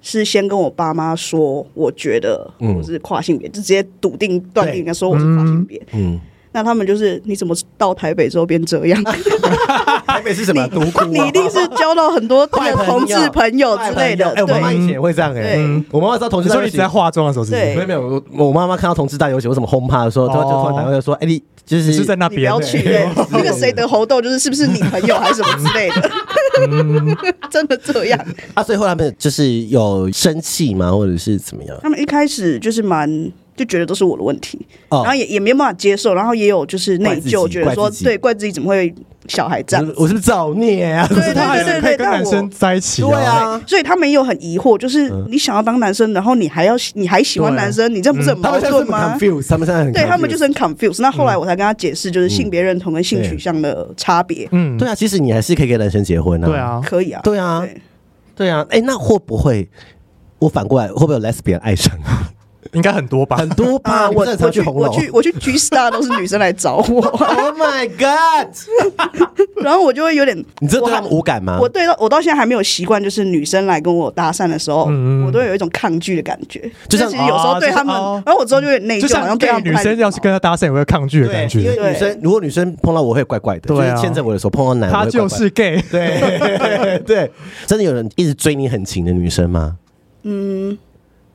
[SPEAKER 3] 是先跟我爸妈说，我觉得
[SPEAKER 1] 嗯
[SPEAKER 3] 我是跨性别，就直接笃定断定的说我是跨性别。
[SPEAKER 1] 嗯，
[SPEAKER 3] 那他们就是你怎么到台北之后变这样？
[SPEAKER 1] <laughs> 台北是什么独孤啊
[SPEAKER 3] 你一定是交到很多
[SPEAKER 1] 嗯 <laughs> 坏朋友
[SPEAKER 3] 同志朋友之类的
[SPEAKER 1] 哎，，我妈妈
[SPEAKER 3] 对
[SPEAKER 1] 以前也会这样哎
[SPEAKER 3] 对，
[SPEAKER 1] 我妈妈知道同
[SPEAKER 2] 你
[SPEAKER 1] 志大
[SPEAKER 2] 说
[SPEAKER 1] 游
[SPEAKER 2] 你
[SPEAKER 1] 行
[SPEAKER 2] 在，化妆的时候是不
[SPEAKER 3] 对
[SPEAKER 1] 没有
[SPEAKER 2] 是？
[SPEAKER 1] 没有，我我妈妈看到同志大游行有什么轰趴的时候，她就突然打电话就说：“哎，你就
[SPEAKER 2] 你是
[SPEAKER 1] 是
[SPEAKER 2] 在那
[SPEAKER 3] 你不
[SPEAKER 2] 边
[SPEAKER 3] 要去、
[SPEAKER 2] <laughs>
[SPEAKER 3] 欸，那个谁得猴痘就是是不是你朋友还是什么之类的，
[SPEAKER 1] 嗯
[SPEAKER 3] <laughs> 真的这样。
[SPEAKER 1] 啊，所以后来他们就是有生气吗，或者是怎么样？
[SPEAKER 3] 他们一开始就是蛮就觉得都是我的问题，
[SPEAKER 1] 哦
[SPEAKER 3] 然后也也没办法接受，然后也有就是内
[SPEAKER 1] 怪自己
[SPEAKER 3] 疚，觉得
[SPEAKER 1] 怪
[SPEAKER 3] 说
[SPEAKER 1] 自己
[SPEAKER 3] 对怪自己怎么会小孩这
[SPEAKER 1] 我
[SPEAKER 3] 样
[SPEAKER 1] 是，我是不是造孽啊？
[SPEAKER 3] 对对
[SPEAKER 2] 他还
[SPEAKER 3] 对
[SPEAKER 2] 是
[SPEAKER 3] 对
[SPEAKER 2] 可以
[SPEAKER 3] 对，
[SPEAKER 2] 跟
[SPEAKER 3] 但
[SPEAKER 2] 男生
[SPEAKER 3] 我。
[SPEAKER 2] 在一起
[SPEAKER 1] 对
[SPEAKER 2] 啊。
[SPEAKER 1] 啊，
[SPEAKER 3] 所以他们也有很疑惑，就是
[SPEAKER 1] 嗯
[SPEAKER 3] 你想要当男生，然后你还要你还喜欢
[SPEAKER 2] 对
[SPEAKER 3] 男生，你这啊不是很
[SPEAKER 1] 嗯他
[SPEAKER 3] 矛
[SPEAKER 1] 们现在是
[SPEAKER 3] 盾
[SPEAKER 1] 很
[SPEAKER 3] 吗？
[SPEAKER 1] confused，他们现在很
[SPEAKER 3] 对他们
[SPEAKER 1] confused 嗯
[SPEAKER 3] 就是很 confused。那后来我才跟他解释，就是性别认同跟性取向的差别，
[SPEAKER 2] 嗯，
[SPEAKER 1] 对啊，其实你还是可以跟男生结婚啊。
[SPEAKER 2] 对，啊，
[SPEAKER 3] 可以啊，
[SPEAKER 1] 对啊
[SPEAKER 3] 对
[SPEAKER 1] 对啊。哎，那会不会我反过来会不会有 lesbian 爱
[SPEAKER 2] <laughs>
[SPEAKER 1] 上你？
[SPEAKER 2] 应该很多吧？
[SPEAKER 1] 很多吧，
[SPEAKER 3] 啊，我
[SPEAKER 1] 我正常
[SPEAKER 3] 我
[SPEAKER 1] 去
[SPEAKER 3] 去
[SPEAKER 1] 红
[SPEAKER 3] 我
[SPEAKER 1] 楼。
[SPEAKER 3] 去 <laughs> 我去 G Star 都是女生来找我，
[SPEAKER 1] <laughs> Oh my god！
[SPEAKER 3] <laughs> 然后我就会有点，
[SPEAKER 1] 你这对啊
[SPEAKER 3] 我还
[SPEAKER 1] 他们无感吗？
[SPEAKER 3] 我对到我到现在还没有习惯，就是女生来跟我搭讪的时候，
[SPEAKER 2] 嗯嗯
[SPEAKER 3] 我都有一种抗拒的感觉。
[SPEAKER 1] 就像
[SPEAKER 3] 其实有时候对他们，
[SPEAKER 2] 哦就是哦
[SPEAKER 3] 然后我之后就有点内
[SPEAKER 2] 就
[SPEAKER 3] 疚，好
[SPEAKER 2] 像
[SPEAKER 3] 像对
[SPEAKER 2] gay
[SPEAKER 3] 他们
[SPEAKER 2] 女
[SPEAKER 3] 不太
[SPEAKER 2] 生要是跟他搭讪，有会抗拒的感
[SPEAKER 1] 因
[SPEAKER 2] 觉。
[SPEAKER 1] 为女生如果女生碰到我会怪怪的，就
[SPEAKER 2] 对啊
[SPEAKER 1] 是牵着我的手碰到男，
[SPEAKER 2] 他
[SPEAKER 1] 我会怪
[SPEAKER 2] 就
[SPEAKER 1] 怪
[SPEAKER 2] 是 gay，
[SPEAKER 1] <laughs> 对 <laughs> 对，真的有人一直追你很勤的女生吗？
[SPEAKER 3] 嗯，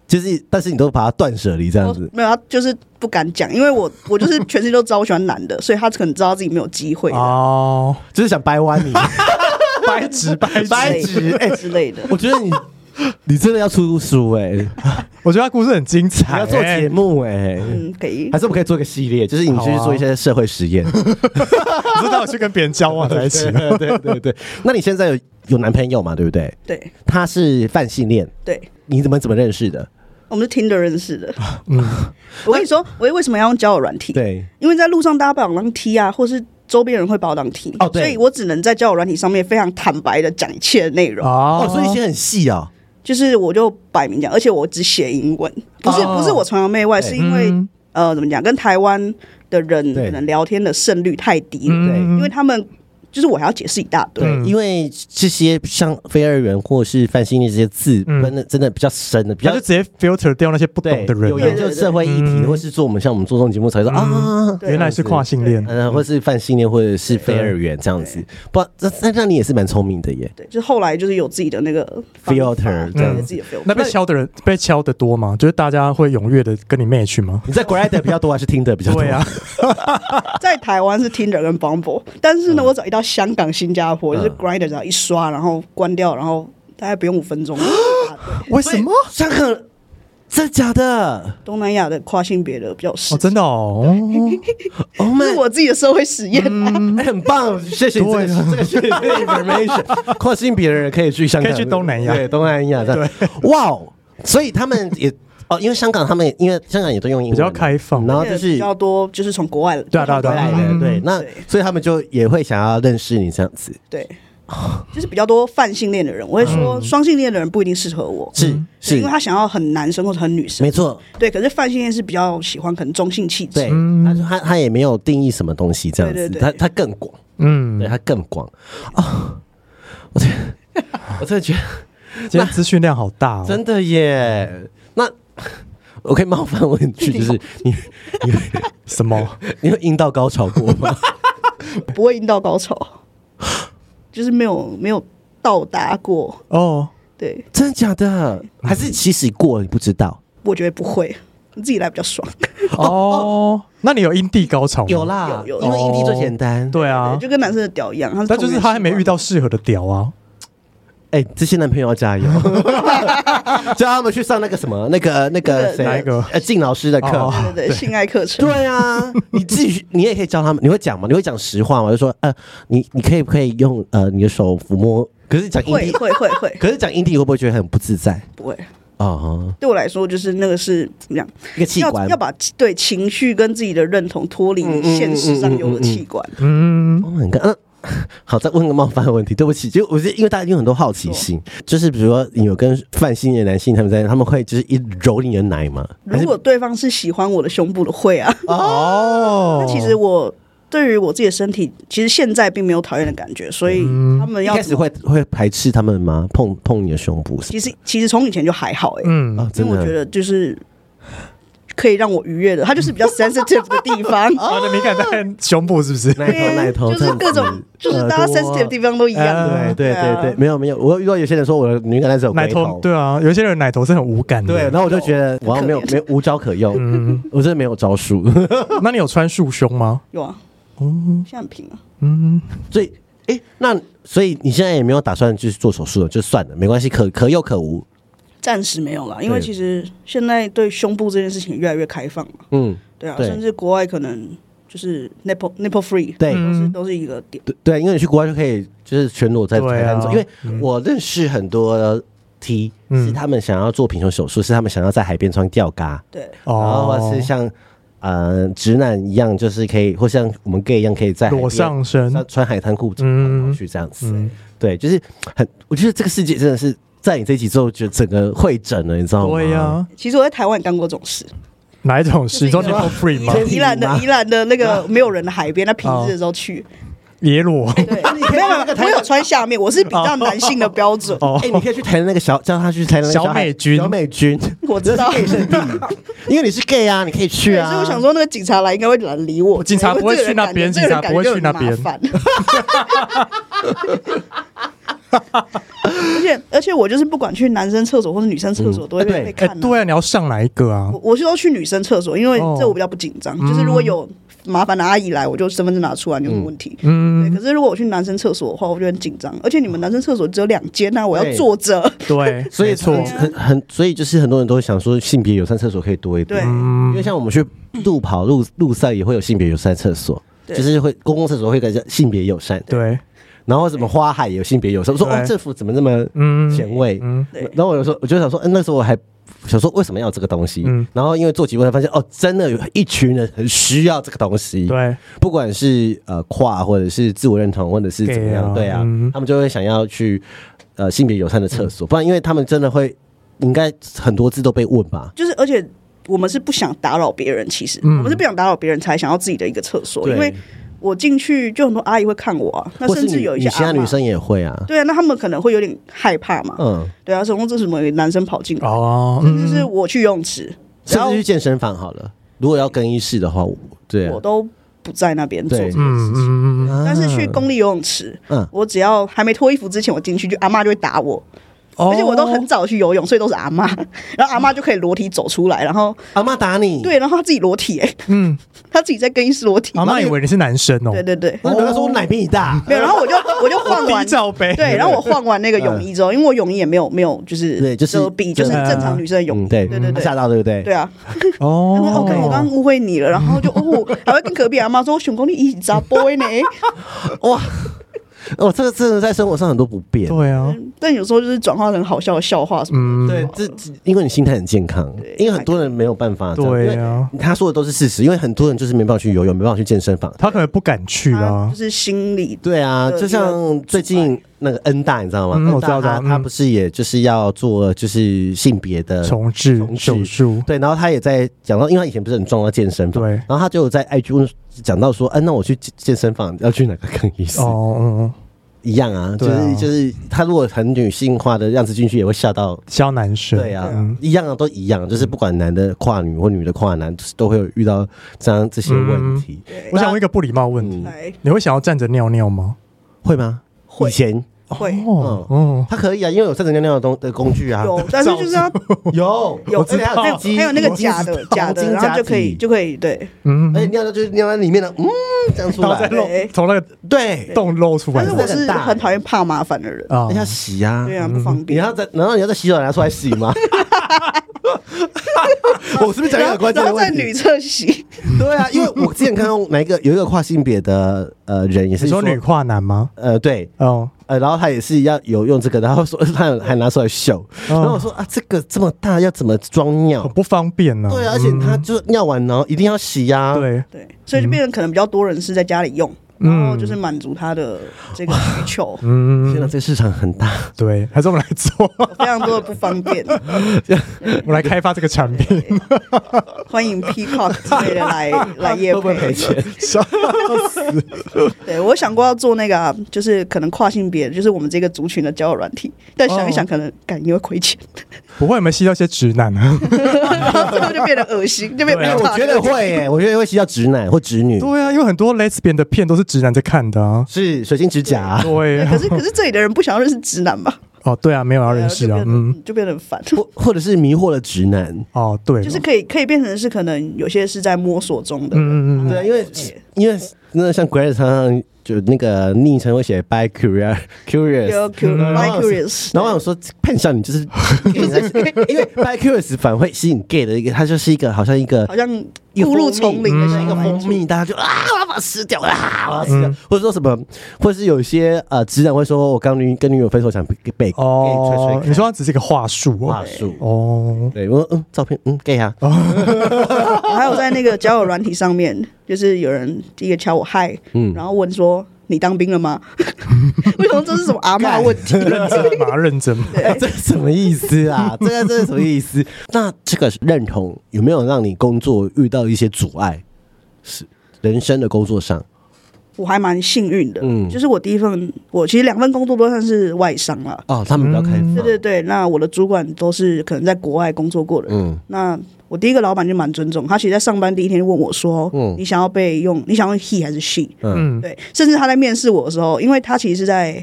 [SPEAKER 1] 就是，但是你都把她断舍离这样
[SPEAKER 3] 我
[SPEAKER 1] 子。
[SPEAKER 3] 没有，他就是不敢讲，因为我 <laughs> 我就是全世界都知道我喜欢男的，所以他可能知道自己没有机会，
[SPEAKER 2] 哦，
[SPEAKER 1] 就是想掰弯你，
[SPEAKER 2] 白直白直。
[SPEAKER 1] 白纸哎
[SPEAKER 3] 之类的。
[SPEAKER 1] <laughs> 我觉得你 <laughs> 你真的要出书 <laughs> 哎、你
[SPEAKER 2] 我觉得他故事很精彩，
[SPEAKER 1] 要做节目哎、
[SPEAKER 3] 嗯，可以
[SPEAKER 1] 还。是我们可以做一个系列，就是你去做一些社会实验，
[SPEAKER 2] 哎知道我去跟别人交往在一起了。
[SPEAKER 1] 啊 <laughs> 对对对对。那你现在有有男朋友嘛？对不对？
[SPEAKER 3] 对
[SPEAKER 1] 他是泛性恋，
[SPEAKER 3] 对，
[SPEAKER 1] 你怎么怎么认识的？
[SPEAKER 3] 我们是听的认
[SPEAKER 1] <laughs>
[SPEAKER 3] 识的。
[SPEAKER 2] 嗯，
[SPEAKER 3] 我跟你说，我为什么要用交友软体？
[SPEAKER 1] 对，
[SPEAKER 3] 因为在路上大家把我当 T 啊，或是周边人会把我当 T，、
[SPEAKER 1] 哦对
[SPEAKER 3] 所以我只能在交友软体上面非常坦白的讲一切的内容。
[SPEAKER 1] <laughs> 哦，
[SPEAKER 2] 哦
[SPEAKER 1] 所以以前很细哦，
[SPEAKER 3] 就是我就摆明讲，而且我只写英文，不是、
[SPEAKER 1] 哦
[SPEAKER 3] 不是我崇洋媚外，
[SPEAKER 1] 对
[SPEAKER 3] 是因为、
[SPEAKER 2] 嗯
[SPEAKER 3] 呃怎么讲，跟台湾的人
[SPEAKER 1] 对
[SPEAKER 3] 可能聊天的胜率太低了，
[SPEAKER 1] 对
[SPEAKER 2] 嗯
[SPEAKER 3] 因为他们就是我还要解释一大堆。
[SPEAKER 1] 对，
[SPEAKER 2] 嗯
[SPEAKER 1] 因为这些像非二元或是泛性恋这些字，
[SPEAKER 2] 嗯
[SPEAKER 1] 真的真的比较深的，比
[SPEAKER 2] 他
[SPEAKER 1] 较
[SPEAKER 2] 就直接 filter 掉那些不懂
[SPEAKER 1] 对
[SPEAKER 2] 的人啊
[SPEAKER 1] 有
[SPEAKER 3] 对
[SPEAKER 1] 研
[SPEAKER 2] 了。
[SPEAKER 1] 究
[SPEAKER 3] 对
[SPEAKER 1] 社会议题，
[SPEAKER 2] 嗯
[SPEAKER 1] 或是做我们像我们做这种节目才说啊，
[SPEAKER 3] 对
[SPEAKER 2] 原来是跨性恋，
[SPEAKER 1] 呃，或是泛性恋，或者是非二元这样子。不，那那那你也是蛮聪明的耶。
[SPEAKER 3] 对，就是后来就是有自己的那个方法
[SPEAKER 1] Filter，
[SPEAKER 2] 这样
[SPEAKER 3] 对，有自己的 filter。
[SPEAKER 2] 那被敲的人被敲的多吗？就是大家会踊跃的跟你 match 吗？
[SPEAKER 1] 你在 Grinder 比较多还是听的比较多？
[SPEAKER 2] 对啊，
[SPEAKER 3] 在台湾是 Tinder 跟 Bumble，但是
[SPEAKER 2] 嗯
[SPEAKER 3] 呢，我只要一到香港、新加坡，就是 Grinder 只要一刷，然后关掉，然后大概不用五分
[SPEAKER 2] <laughs>
[SPEAKER 3] 钟。
[SPEAKER 2] <gasps> 为什么？
[SPEAKER 1] 哎香港真的假的
[SPEAKER 3] 东南亚的跨性别的比较少，
[SPEAKER 2] 哦，真的哦，
[SPEAKER 1] ？Oh
[SPEAKER 3] 这是
[SPEAKER 1] my，
[SPEAKER 3] 我自己的社会实验啊。
[SPEAKER 1] <laughs>
[SPEAKER 2] 嗯
[SPEAKER 1] 哎很棒，谢谢你这个
[SPEAKER 2] 对啊
[SPEAKER 1] 这个学这个
[SPEAKER 2] <laughs>
[SPEAKER 1] information。跨性别的人可以去香港，
[SPEAKER 2] 可以去东南亚
[SPEAKER 1] 对东南亚这样。哇哦，所以他们也。哦，因为香港他们因为香港也都用英文
[SPEAKER 2] 比较开放
[SPEAKER 1] 然后
[SPEAKER 3] 而且
[SPEAKER 1] 就
[SPEAKER 3] 比
[SPEAKER 1] 是
[SPEAKER 3] 较多，就是从国外
[SPEAKER 2] 对啊对啊
[SPEAKER 1] 回
[SPEAKER 2] 对
[SPEAKER 1] 来
[SPEAKER 2] 啊
[SPEAKER 1] 的，
[SPEAKER 2] 嗯
[SPEAKER 1] 对，那
[SPEAKER 3] 对
[SPEAKER 1] 所以他们就也会想要认识你这样
[SPEAKER 2] 嗯
[SPEAKER 1] 子，
[SPEAKER 3] 对，就是比较多泛性恋的人。我会说，双性恋的人不一定适合我，
[SPEAKER 1] 是
[SPEAKER 3] 对
[SPEAKER 1] 是
[SPEAKER 3] 因为，他想要很男生或者很女生
[SPEAKER 1] 没。错，
[SPEAKER 3] 对，可是泛性恋是比较喜欢可能中性气质。
[SPEAKER 1] 对，
[SPEAKER 2] 嗯
[SPEAKER 1] 他说他他也没有定义什么东西这样子
[SPEAKER 3] 对，对对
[SPEAKER 1] 他他更广，对
[SPEAKER 2] 嗯，
[SPEAKER 1] 他更广啊，我真的我真的觉得
[SPEAKER 2] 今天资讯量好大哦，
[SPEAKER 1] 真的耶，那。我可以冒犯问句，就是你
[SPEAKER 2] 什么？
[SPEAKER 1] 你有阴道高潮过 <laughs> 吗？
[SPEAKER 3] 不会阴道高潮， <laughs> 就是没有没有到达过。
[SPEAKER 2] <laughs> 哦，
[SPEAKER 3] 对，
[SPEAKER 1] 真的假的？ <laughs> 还是其实过了你不知道？
[SPEAKER 3] 我觉得不会，你自己来比较爽。
[SPEAKER 2] 哦，那你有阴蒂高潮吗？
[SPEAKER 1] 有啦，
[SPEAKER 3] 有有
[SPEAKER 1] 因为阴蒂最简单。，
[SPEAKER 2] 对啊
[SPEAKER 3] 对， <laughs> 就跟男生的屌一样，他
[SPEAKER 2] 但就是他还没遇到适合的屌啊。
[SPEAKER 1] 哎，这些男朋友要 <laughs> 加油，叫他们去上那个什么，那个那个谁，
[SPEAKER 2] 哪一个
[SPEAKER 1] 呃，靳老师的课。
[SPEAKER 2] 哦
[SPEAKER 3] 同人性嘛。对对对，性爱课程。
[SPEAKER 1] 对啊，你自己你也可以教他们，你会讲吗？你会讲实话吗？就说呃，你你可以不可以用呃你的手抚摸？可是讲阴
[SPEAKER 3] 会
[SPEAKER 1] 蒂，
[SPEAKER 3] 会会会
[SPEAKER 1] 可是讲阴蒂会不会觉得很不自在？
[SPEAKER 3] 不会？
[SPEAKER 1] 啊哈，
[SPEAKER 3] 对我来说，就是那个是怎么样？
[SPEAKER 1] 一个器
[SPEAKER 3] 要
[SPEAKER 1] 官
[SPEAKER 3] 要。把对情绪跟自己的认同脱离
[SPEAKER 1] 嗯嗯
[SPEAKER 3] 现实上有的器官。
[SPEAKER 2] 嗯，
[SPEAKER 1] Oh my god！嗯好，再问个冒犯的问题，对不起，就我觉得，因为大家有很多好奇心，就是比如说你有跟泛性的男性他们在，他们会就是一直揉你的奶吗？还
[SPEAKER 3] 如
[SPEAKER 1] 是
[SPEAKER 3] 果对方是喜欢我的胸部的，会啊。
[SPEAKER 2] 嗯哦
[SPEAKER 3] 那其实我对于我自己的身体，其实现在并没有讨厌的感觉，所以
[SPEAKER 2] 嗯
[SPEAKER 3] 他们
[SPEAKER 1] 一
[SPEAKER 3] 要
[SPEAKER 1] 开始会会排斥他们吗？碰碰你的胸部什
[SPEAKER 3] 其实其实从以前就还好哎、欸，
[SPEAKER 2] 嗯，
[SPEAKER 1] 么啊？
[SPEAKER 3] 因
[SPEAKER 1] 真
[SPEAKER 3] 为我觉
[SPEAKER 1] 的，
[SPEAKER 3] 得就是可以让我愉悦的，它就是比较 sensitive 的地
[SPEAKER 1] <laughs>
[SPEAKER 3] 方。
[SPEAKER 2] 我的啊敏感在胸部是不 <laughs> 是？
[SPEAKER 1] 奶头奶头，嗯
[SPEAKER 3] 就是各种，就是大家
[SPEAKER 1] 啊
[SPEAKER 3] sensitive 的地
[SPEAKER 1] 方。
[SPEAKER 3] 方都一样
[SPEAKER 2] 呃
[SPEAKER 3] 的
[SPEAKER 1] 对。对对
[SPEAKER 3] 啊
[SPEAKER 1] 对，没有没有，我遇到有些人说我的敏感带是有
[SPEAKER 2] 奶
[SPEAKER 1] 龟
[SPEAKER 2] 头
[SPEAKER 1] 头，
[SPEAKER 2] 对啊，有些人奶头是很无感的。
[SPEAKER 1] 对，然后我就觉得我好像没有
[SPEAKER 3] 可怜
[SPEAKER 1] 没有无招可用，
[SPEAKER 2] 嗯，
[SPEAKER 1] <laughs> 我真的没有招数，
[SPEAKER 2] <laughs> 那你有穿束胸 <laughs> 吗？
[SPEAKER 3] 有啊，
[SPEAKER 1] 哦
[SPEAKER 3] 现在很平啊。
[SPEAKER 2] 嗯，
[SPEAKER 1] 所以哎，那所以你现在也没有打算就是做手术了，就算了，没关系，可可有可无，
[SPEAKER 3] 暂时没有啦，因为
[SPEAKER 1] 对
[SPEAKER 3] 其实现在对胸部这件事情越来越开放嘛，
[SPEAKER 1] 嗯，
[SPEAKER 3] 对啊，
[SPEAKER 1] 对
[SPEAKER 3] 甚至国外可能就是 nipple nipple free，
[SPEAKER 1] 对
[SPEAKER 3] 都是都是一个点。
[SPEAKER 1] 对对，啊因为你去国外就可以就是全裸在
[SPEAKER 2] 对啊
[SPEAKER 1] 台湾做，因为我认识很多 T
[SPEAKER 2] 嗯
[SPEAKER 1] 是他们想要做平胸手术，是他们想要在海边穿吊嘎，
[SPEAKER 3] 对，
[SPEAKER 2] 哦
[SPEAKER 1] 然后或者是像呃直男一样，就是可以或像我们 gay 一样可以在海边
[SPEAKER 2] <laughs> 裸上身，
[SPEAKER 1] 穿穿海滩裤走来
[SPEAKER 2] 嗯
[SPEAKER 1] 跑去这样子，
[SPEAKER 2] 嗯，
[SPEAKER 1] 对，就是很，我觉得这个世界真的是在你这一集之后，就整个会诊了，你知道吗？
[SPEAKER 2] 对呀，
[SPEAKER 3] 其实我在台湾也干过这种事，
[SPEAKER 2] 哪一种
[SPEAKER 3] 就是
[SPEAKER 2] 是？
[SPEAKER 3] 一
[SPEAKER 2] 你
[SPEAKER 3] 个
[SPEAKER 2] <laughs> 说 nipple free 吗？
[SPEAKER 1] 天
[SPEAKER 3] 宜兰
[SPEAKER 1] 吗哦
[SPEAKER 3] 的宜兰的
[SPEAKER 1] <laughs>
[SPEAKER 3] 那个没有人的海边，那平日的时候去，
[SPEAKER 2] 野 <laughs> 裸，
[SPEAKER 3] 对，没有没有，我有穿下面，我是比
[SPEAKER 1] 哦
[SPEAKER 3] 较男性的标准，
[SPEAKER 1] 哎、
[SPEAKER 2] 哦
[SPEAKER 1] 你可以去台南那个小，叫他去台南那个
[SPEAKER 2] 小
[SPEAKER 1] 海
[SPEAKER 2] 美军
[SPEAKER 1] 小美军，
[SPEAKER 3] 我知道。
[SPEAKER 2] <laughs>
[SPEAKER 1] 因为你是 gay 啊，你可以去
[SPEAKER 3] 对，
[SPEAKER 1] 啊。
[SPEAKER 3] 所以我想，说，那个警察来应该会懒理我。
[SPEAKER 2] 哦警察不会去那边
[SPEAKER 3] 这个人感
[SPEAKER 2] 警察不会
[SPEAKER 3] 觉
[SPEAKER 2] 去那边
[SPEAKER 3] 这个人感觉很麻
[SPEAKER 2] <laughs>
[SPEAKER 3] 烦而且而且，我就是不管去男生厕所或者女生厕所，都会
[SPEAKER 1] 哎对
[SPEAKER 3] 被被
[SPEAKER 2] 哎
[SPEAKER 3] 看，啊。
[SPEAKER 2] 对啊，你要上哪一个啊
[SPEAKER 3] 我？我是都去女生厕所，因为这我比较不紧
[SPEAKER 2] 嗯
[SPEAKER 3] 张。就是如果有麻烦的阿姨来，我就身份证拿出来，没有问题。对，
[SPEAKER 2] 嗯，
[SPEAKER 3] 可是如果我去男生厕所的话，我就很紧张。而且你们男生厕所只有两间啊，我要
[SPEAKER 1] 对
[SPEAKER 3] 坐
[SPEAKER 2] 嗯
[SPEAKER 3] 着。
[SPEAKER 2] <laughs> 对，
[SPEAKER 1] 所以
[SPEAKER 2] 没错，
[SPEAKER 1] 很很，所以就是很多人都会想说，性别友善厕所可以多一点。
[SPEAKER 3] 对
[SPEAKER 1] 因为像我们去路跑路路赛也会有性别友善厕所，
[SPEAKER 3] 对
[SPEAKER 1] 就是会公共厕所会更加性别友善，
[SPEAKER 2] 对，
[SPEAKER 1] 然后什么花海也有性别友善。我说
[SPEAKER 2] 对
[SPEAKER 1] 哦，政府怎么那么
[SPEAKER 2] 嗯
[SPEAKER 1] 前卫？
[SPEAKER 2] 嗯，
[SPEAKER 3] 对
[SPEAKER 1] 然后我就说，我就想说，嗯，那时候我还想说为什么要有这个东西，
[SPEAKER 2] 嗯
[SPEAKER 1] 然后因为做几问才发现，哦，真的有一群人很需要这个东西，，
[SPEAKER 2] 对，
[SPEAKER 1] 不管是呃跨或者是自我认同或者是怎么
[SPEAKER 2] Gay
[SPEAKER 1] 样，
[SPEAKER 2] 啊
[SPEAKER 1] 对啊，
[SPEAKER 2] 嗯
[SPEAKER 1] 他们就会想要去呃性别友善的厕所，不然因为他们真的会应该很多次都被问吧，
[SPEAKER 3] 就是而且我们是不想打扰别人，其实、
[SPEAKER 2] 嗯
[SPEAKER 3] 我们是不想打扰别人才想要自己的一个厕所，
[SPEAKER 1] 对
[SPEAKER 3] 因为我进去就很多阿姨会看我啊，那
[SPEAKER 1] 或是
[SPEAKER 3] 甚至
[SPEAKER 1] 女
[SPEAKER 3] 有一些
[SPEAKER 1] 你其他
[SPEAKER 3] 阿嬷
[SPEAKER 1] 女生也会啊，
[SPEAKER 3] 对啊，那他们可能会有点害怕嘛，
[SPEAKER 1] 嗯，
[SPEAKER 3] 对啊，总共这是什么有男生跑进来，
[SPEAKER 2] 哦，
[SPEAKER 3] 甚至是我去游泳池，
[SPEAKER 1] 甚
[SPEAKER 3] 然后
[SPEAKER 1] 至去健身房好了，如果要更衣室的话，我对啊
[SPEAKER 3] 我，都不在那边做
[SPEAKER 1] 对
[SPEAKER 3] 这件事
[SPEAKER 2] 嗯
[SPEAKER 3] 情。
[SPEAKER 2] 嗯嗯，
[SPEAKER 1] 啊
[SPEAKER 3] 但是去公立游泳池，
[SPEAKER 1] 嗯
[SPEAKER 3] 我只要还没脱衣服之前，我进去就阿妈就会打我，
[SPEAKER 1] 哦
[SPEAKER 3] 而且我都很早去游泳，所以都是
[SPEAKER 1] <laughs>
[SPEAKER 3] 阿妈，然后阿妈就可以裸体走出来，然后
[SPEAKER 1] 阿妈打你，，
[SPEAKER 3] 对，然后她自己裸体、欸，
[SPEAKER 2] 嗯，
[SPEAKER 3] 她自己在更衣室裸体，
[SPEAKER 2] 阿妈以为你是男生哦 <laughs>
[SPEAKER 3] 对，对对，
[SPEAKER 1] 那你不要说我奶比你大，
[SPEAKER 3] 没有，然后我就我就
[SPEAKER 1] <laughs>
[SPEAKER 3] 换
[SPEAKER 2] 低
[SPEAKER 3] 完，
[SPEAKER 2] 罩杯，
[SPEAKER 3] <laughs> 对，然后我换完那个泳衣之后，因为我泳衣也没有没有就是
[SPEAKER 1] 对就是
[SPEAKER 3] 遮蔽，就是正常女生的
[SPEAKER 1] 嗯，
[SPEAKER 3] 泳衣，
[SPEAKER 1] 对
[SPEAKER 3] 对对对
[SPEAKER 1] 吓到对不对？
[SPEAKER 3] 对啊，
[SPEAKER 2] 哦
[SPEAKER 3] 他说哦，我
[SPEAKER 2] 啊
[SPEAKER 3] 刚刚误会你了，然后就哦，还会跟隔壁阿妈说，哦熊公你一起扎 boy 呢， <laughs>
[SPEAKER 1] 哇，哦，这个真的在生活上很多不便。
[SPEAKER 2] 对啊，
[SPEAKER 3] 但有时候就是转化成好笑的笑话什么
[SPEAKER 2] 嗯，
[SPEAKER 1] 对，这这因为你心态很健康，因为很多人没有办法这样。
[SPEAKER 2] 对啊
[SPEAKER 1] 因为他说的都是事实，因为很多人就是没办法去游泳，没办法去健身房。
[SPEAKER 2] 他可能不敢去
[SPEAKER 3] 的，他
[SPEAKER 2] 啊
[SPEAKER 3] 就，是心理
[SPEAKER 1] 对啊，
[SPEAKER 3] 对
[SPEAKER 1] 就像最近那个恩大，你知道吗？
[SPEAKER 2] 嗯
[SPEAKER 1] 恩
[SPEAKER 2] 我知道
[SPEAKER 1] 大他
[SPEAKER 2] 知道嗯
[SPEAKER 1] 他不是也就是要做就是性别的
[SPEAKER 2] 重置
[SPEAKER 1] 重置
[SPEAKER 2] 手术，
[SPEAKER 1] 对，然后他也在讲到，因为他以前不是很撞到健身房，
[SPEAKER 2] 对
[SPEAKER 1] 然后他就有在 IG 问讲到说，哎、那我去健健身房要去哪个更衣室？
[SPEAKER 2] 哦，嗯，
[SPEAKER 1] 一样啊，就
[SPEAKER 2] 对
[SPEAKER 1] 是、
[SPEAKER 2] 啊
[SPEAKER 1] 就是他如果很女性化的样子进去，也会吓到
[SPEAKER 2] 肖男生，
[SPEAKER 1] 对啊，
[SPEAKER 2] 嗯
[SPEAKER 1] 一样啊，都一样，就是不管男的跨女或女的跨男，都会有遇到这样这些问题，
[SPEAKER 2] 嗯我想问一个不礼貌问
[SPEAKER 1] 嗯
[SPEAKER 2] 题，
[SPEAKER 3] 来
[SPEAKER 2] 你会想要站着尿尿吗？
[SPEAKER 1] 会吗？
[SPEAKER 3] 会
[SPEAKER 1] 以前
[SPEAKER 3] 会
[SPEAKER 2] 哦，嗯，
[SPEAKER 1] 他可以啊，因为有站着尿尿的东的工具啊，
[SPEAKER 3] 有，但是就是
[SPEAKER 1] <laughs>
[SPEAKER 3] 要
[SPEAKER 1] 有
[SPEAKER 3] 有，
[SPEAKER 1] 而且还
[SPEAKER 3] 还有
[SPEAKER 1] 有鸡
[SPEAKER 3] 还有那个假的假的，然后就可以就可以对，
[SPEAKER 2] 嗯，
[SPEAKER 1] 而且尿尿就是尿在里面的，嗯，这样出
[SPEAKER 2] 然后再
[SPEAKER 1] 来，
[SPEAKER 2] 露
[SPEAKER 3] 对
[SPEAKER 2] 从那个
[SPEAKER 1] 对，
[SPEAKER 2] 洞露出来
[SPEAKER 3] 但是
[SPEAKER 2] 的，
[SPEAKER 3] 我是很讨厌怕麻烦的人，
[SPEAKER 2] 啊
[SPEAKER 1] 要洗啊，
[SPEAKER 3] 对啊，不方
[SPEAKER 1] 你
[SPEAKER 3] 便
[SPEAKER 1] 要。在，难道你要在洗手台拿出来洗 <laughs> 吗？我是不是讲一个很
[SPEAKER 3] 然后
[SPEAKER 1] 关键
[SPEAKER 3] 然
[SPEAKER 1] 的
[SPEAKER 3] 后在
[SPEAKER 1] 问题？
[SPEAKER 3] 女厕洗，
[SPEAKER 1] 对啊，因为我之前看到哪一个有一个跨性别的呃人也
[SPEAKER 2] 你
[SPEAKER 1] 是
[SPEAKER 2] 说女跨男吗？
[SPEAKER 1] 呃对
[SPEAKER 2] 哦，
[SPEAKER 1] 呃，然后他也是一样有用这个，然后说他还拿出来秀，然后我
[SPEAKER 2] 哦，
[SPEAKER 1] 说啊，这个这么大要怎么装尿
[SPEAKER 2] 很？不方便呢、
[SPEAKER 1] 对啊，而且他
[SPEAKER 2] 嗯
[SPEAKER 1] 就是尿完然后一定要洗啊呀、
[SPEAKER 2] 对，
[SPEAKER 3] 对，所以就变成可能比较多人是在家里用，
[SPEAKER 2] 嗯
[SPEAKER 3] 然后就是满足他的这个需求，
[SPEAKER 1] 现在
[SPEAKER 2] 嗯，
[SPEAKER 1] 这个市场很大，
[SPEAKER 2] 对，还是我们来做， <laughs>
[SPEAKER 3] 非常多的不方便。
[SPEAKER 2] 我们来开发这个产品。
[SPEAKER 3] 欢迎 Peacock 之类的来
[SPEAKER 2] <laughs>
[SPEAKER 3] 来夜
[SPEAKER 1] 会不会赔钱？
[SPEAKER 2] 笑
[SPEAKER 3] 对我想过要做那个、啊，就是可能跨性别，就是我们这个族群的交友软体，但想一想，可能感觉会亏
[SPEAKER 2] <laughs>
[SPEAKER 3] 钱，
[SPEAKER 2] 不会，我们吸到一些直男啊。
[SPEAKER 3] 然后最后就变得恶心，就变
[SPEAKER 2] 对啊
[SPEAKER 3] 得
[SPEAKER 1] 哎我觉得会耶，我觉得会吸到直男或直女，
[SPEAKER 2] 对啊，因为很多 lesbian 的片都是直男在看的
[SPEAKER 1] <laughs>
[SPEAKER 2] 啊。
[SPEAKER 1] 是水晶指甲、啊
[SPEAKER 2] 对啊
[SPEAKER 3] 对，可是可是这里的人不想要认识直男吧？
[SPEAKER 2] 哦，对啊，没有要认识
[SPEAKER 3] 对
[SPEAKER 2] 啊
[SPEAKER 3] 啊，，
[SPEAKER 2] 嗯，
[SPEAKER 3] 就变得就变得很烦。
[SPEAKER 1] 或或者是迷惑了直男。
[SPEAKER 2] 哦，对，
[SPEAKER 3] 就是可以可以变成是可能有些是在摸索中的，
[SPEAKER 2] 嗯嗯嗯
[SPEAKER 1] 对啊，因为因为那像 Grace 常常就那个昵称会写 by curious
[SPEAKER 2] 嗯
[SPEAKER 1] curious，
[SPEAKER 3] 有 cur
[SPEAKER 1] 然
[SPEAKER 3] my
[SPEAKER 1] 后
[SPEAKER 3] curious，
[SPEAKER 1] 然后我想说碰上你就是 gay 才是，因为 by curious 反而会吸引 gay 的一个，它就是一个好像一个
[SPEAKER 3] 好像
[SPEAKER 1] 一个
[SPEAKER 3] 误入
[SPEAKER 1] 蜂
[SPEAKER 3] 丛
[SPEAKER 1] 蜜嗯
[SPEAKER 3] 林的
[SPEAKER 1] 一个
[SPEAKER 2] 嗯
[SPEAKER 3] 小孩
[SPEAKER 1] 蜂
[SPEAKER 3] 子，
[SPEAKER 1] 蜜，大家就啊，我要把它吃掉啊，我要吃掉，或者说什么，或者是有些呃直男会说，我刚女跟女友分手想被被 gay 吹吹
[SPEAKER 2] 哦，
[SPEAKER 1] 看
[SPEAKER 2] 你说它只是一个话术
[SPEAKER 1] 话
[SPEAKER 2] 哦，
[SPEAKER 1] 术，
[SPEAKER 2] 哦，
[SPEAKER 1] 对我说嗯照片嗯 gay 啊，
[SPEAKER 3] <laughs> 我还有在那个交友软体上面，就是有人第一个敲我嗨，
[SPEAKER 1] 嗯
[SPEAKER 3] 然后问说你当兵了吗？ <laughs> 为什么这是什么阿嬷问题？
[SPEAKER 2] 认真嘛，认真嘛，
[SPEAKER 1] 哎 <laughs> 这是什么意思啊？这个这是什么意思？那这个认同有没有让你工作遇到一些阻碍？是人生的工作上，
[SPEAKER 3] 我还蛮幸运的，
[SPEAKER 1] 嗯
[SPEAKER 3] 就是我第一份，我其实两份工作都算是外商啦。
[SPEAKER 1] 哦，他们比较开放，
[SPEAKER 3] 对对对，那我的主管都是可能在国外工作过的人。
[SPEAKER 1] 嗯
[SPEAKER 3] 那我第一个老板就蛮尊重，他其实在上班第一天就问我说：“
[SPEAKER 1] 嗯
[SPEAKER 3] 你想要被用，你想要 he 还是 she？”
[SPEAKER 1] 嗯
[SPEAKER 2] 嗯，
[SPEAKER 3] 对，甚至他在面试我的时候，因为他其实是在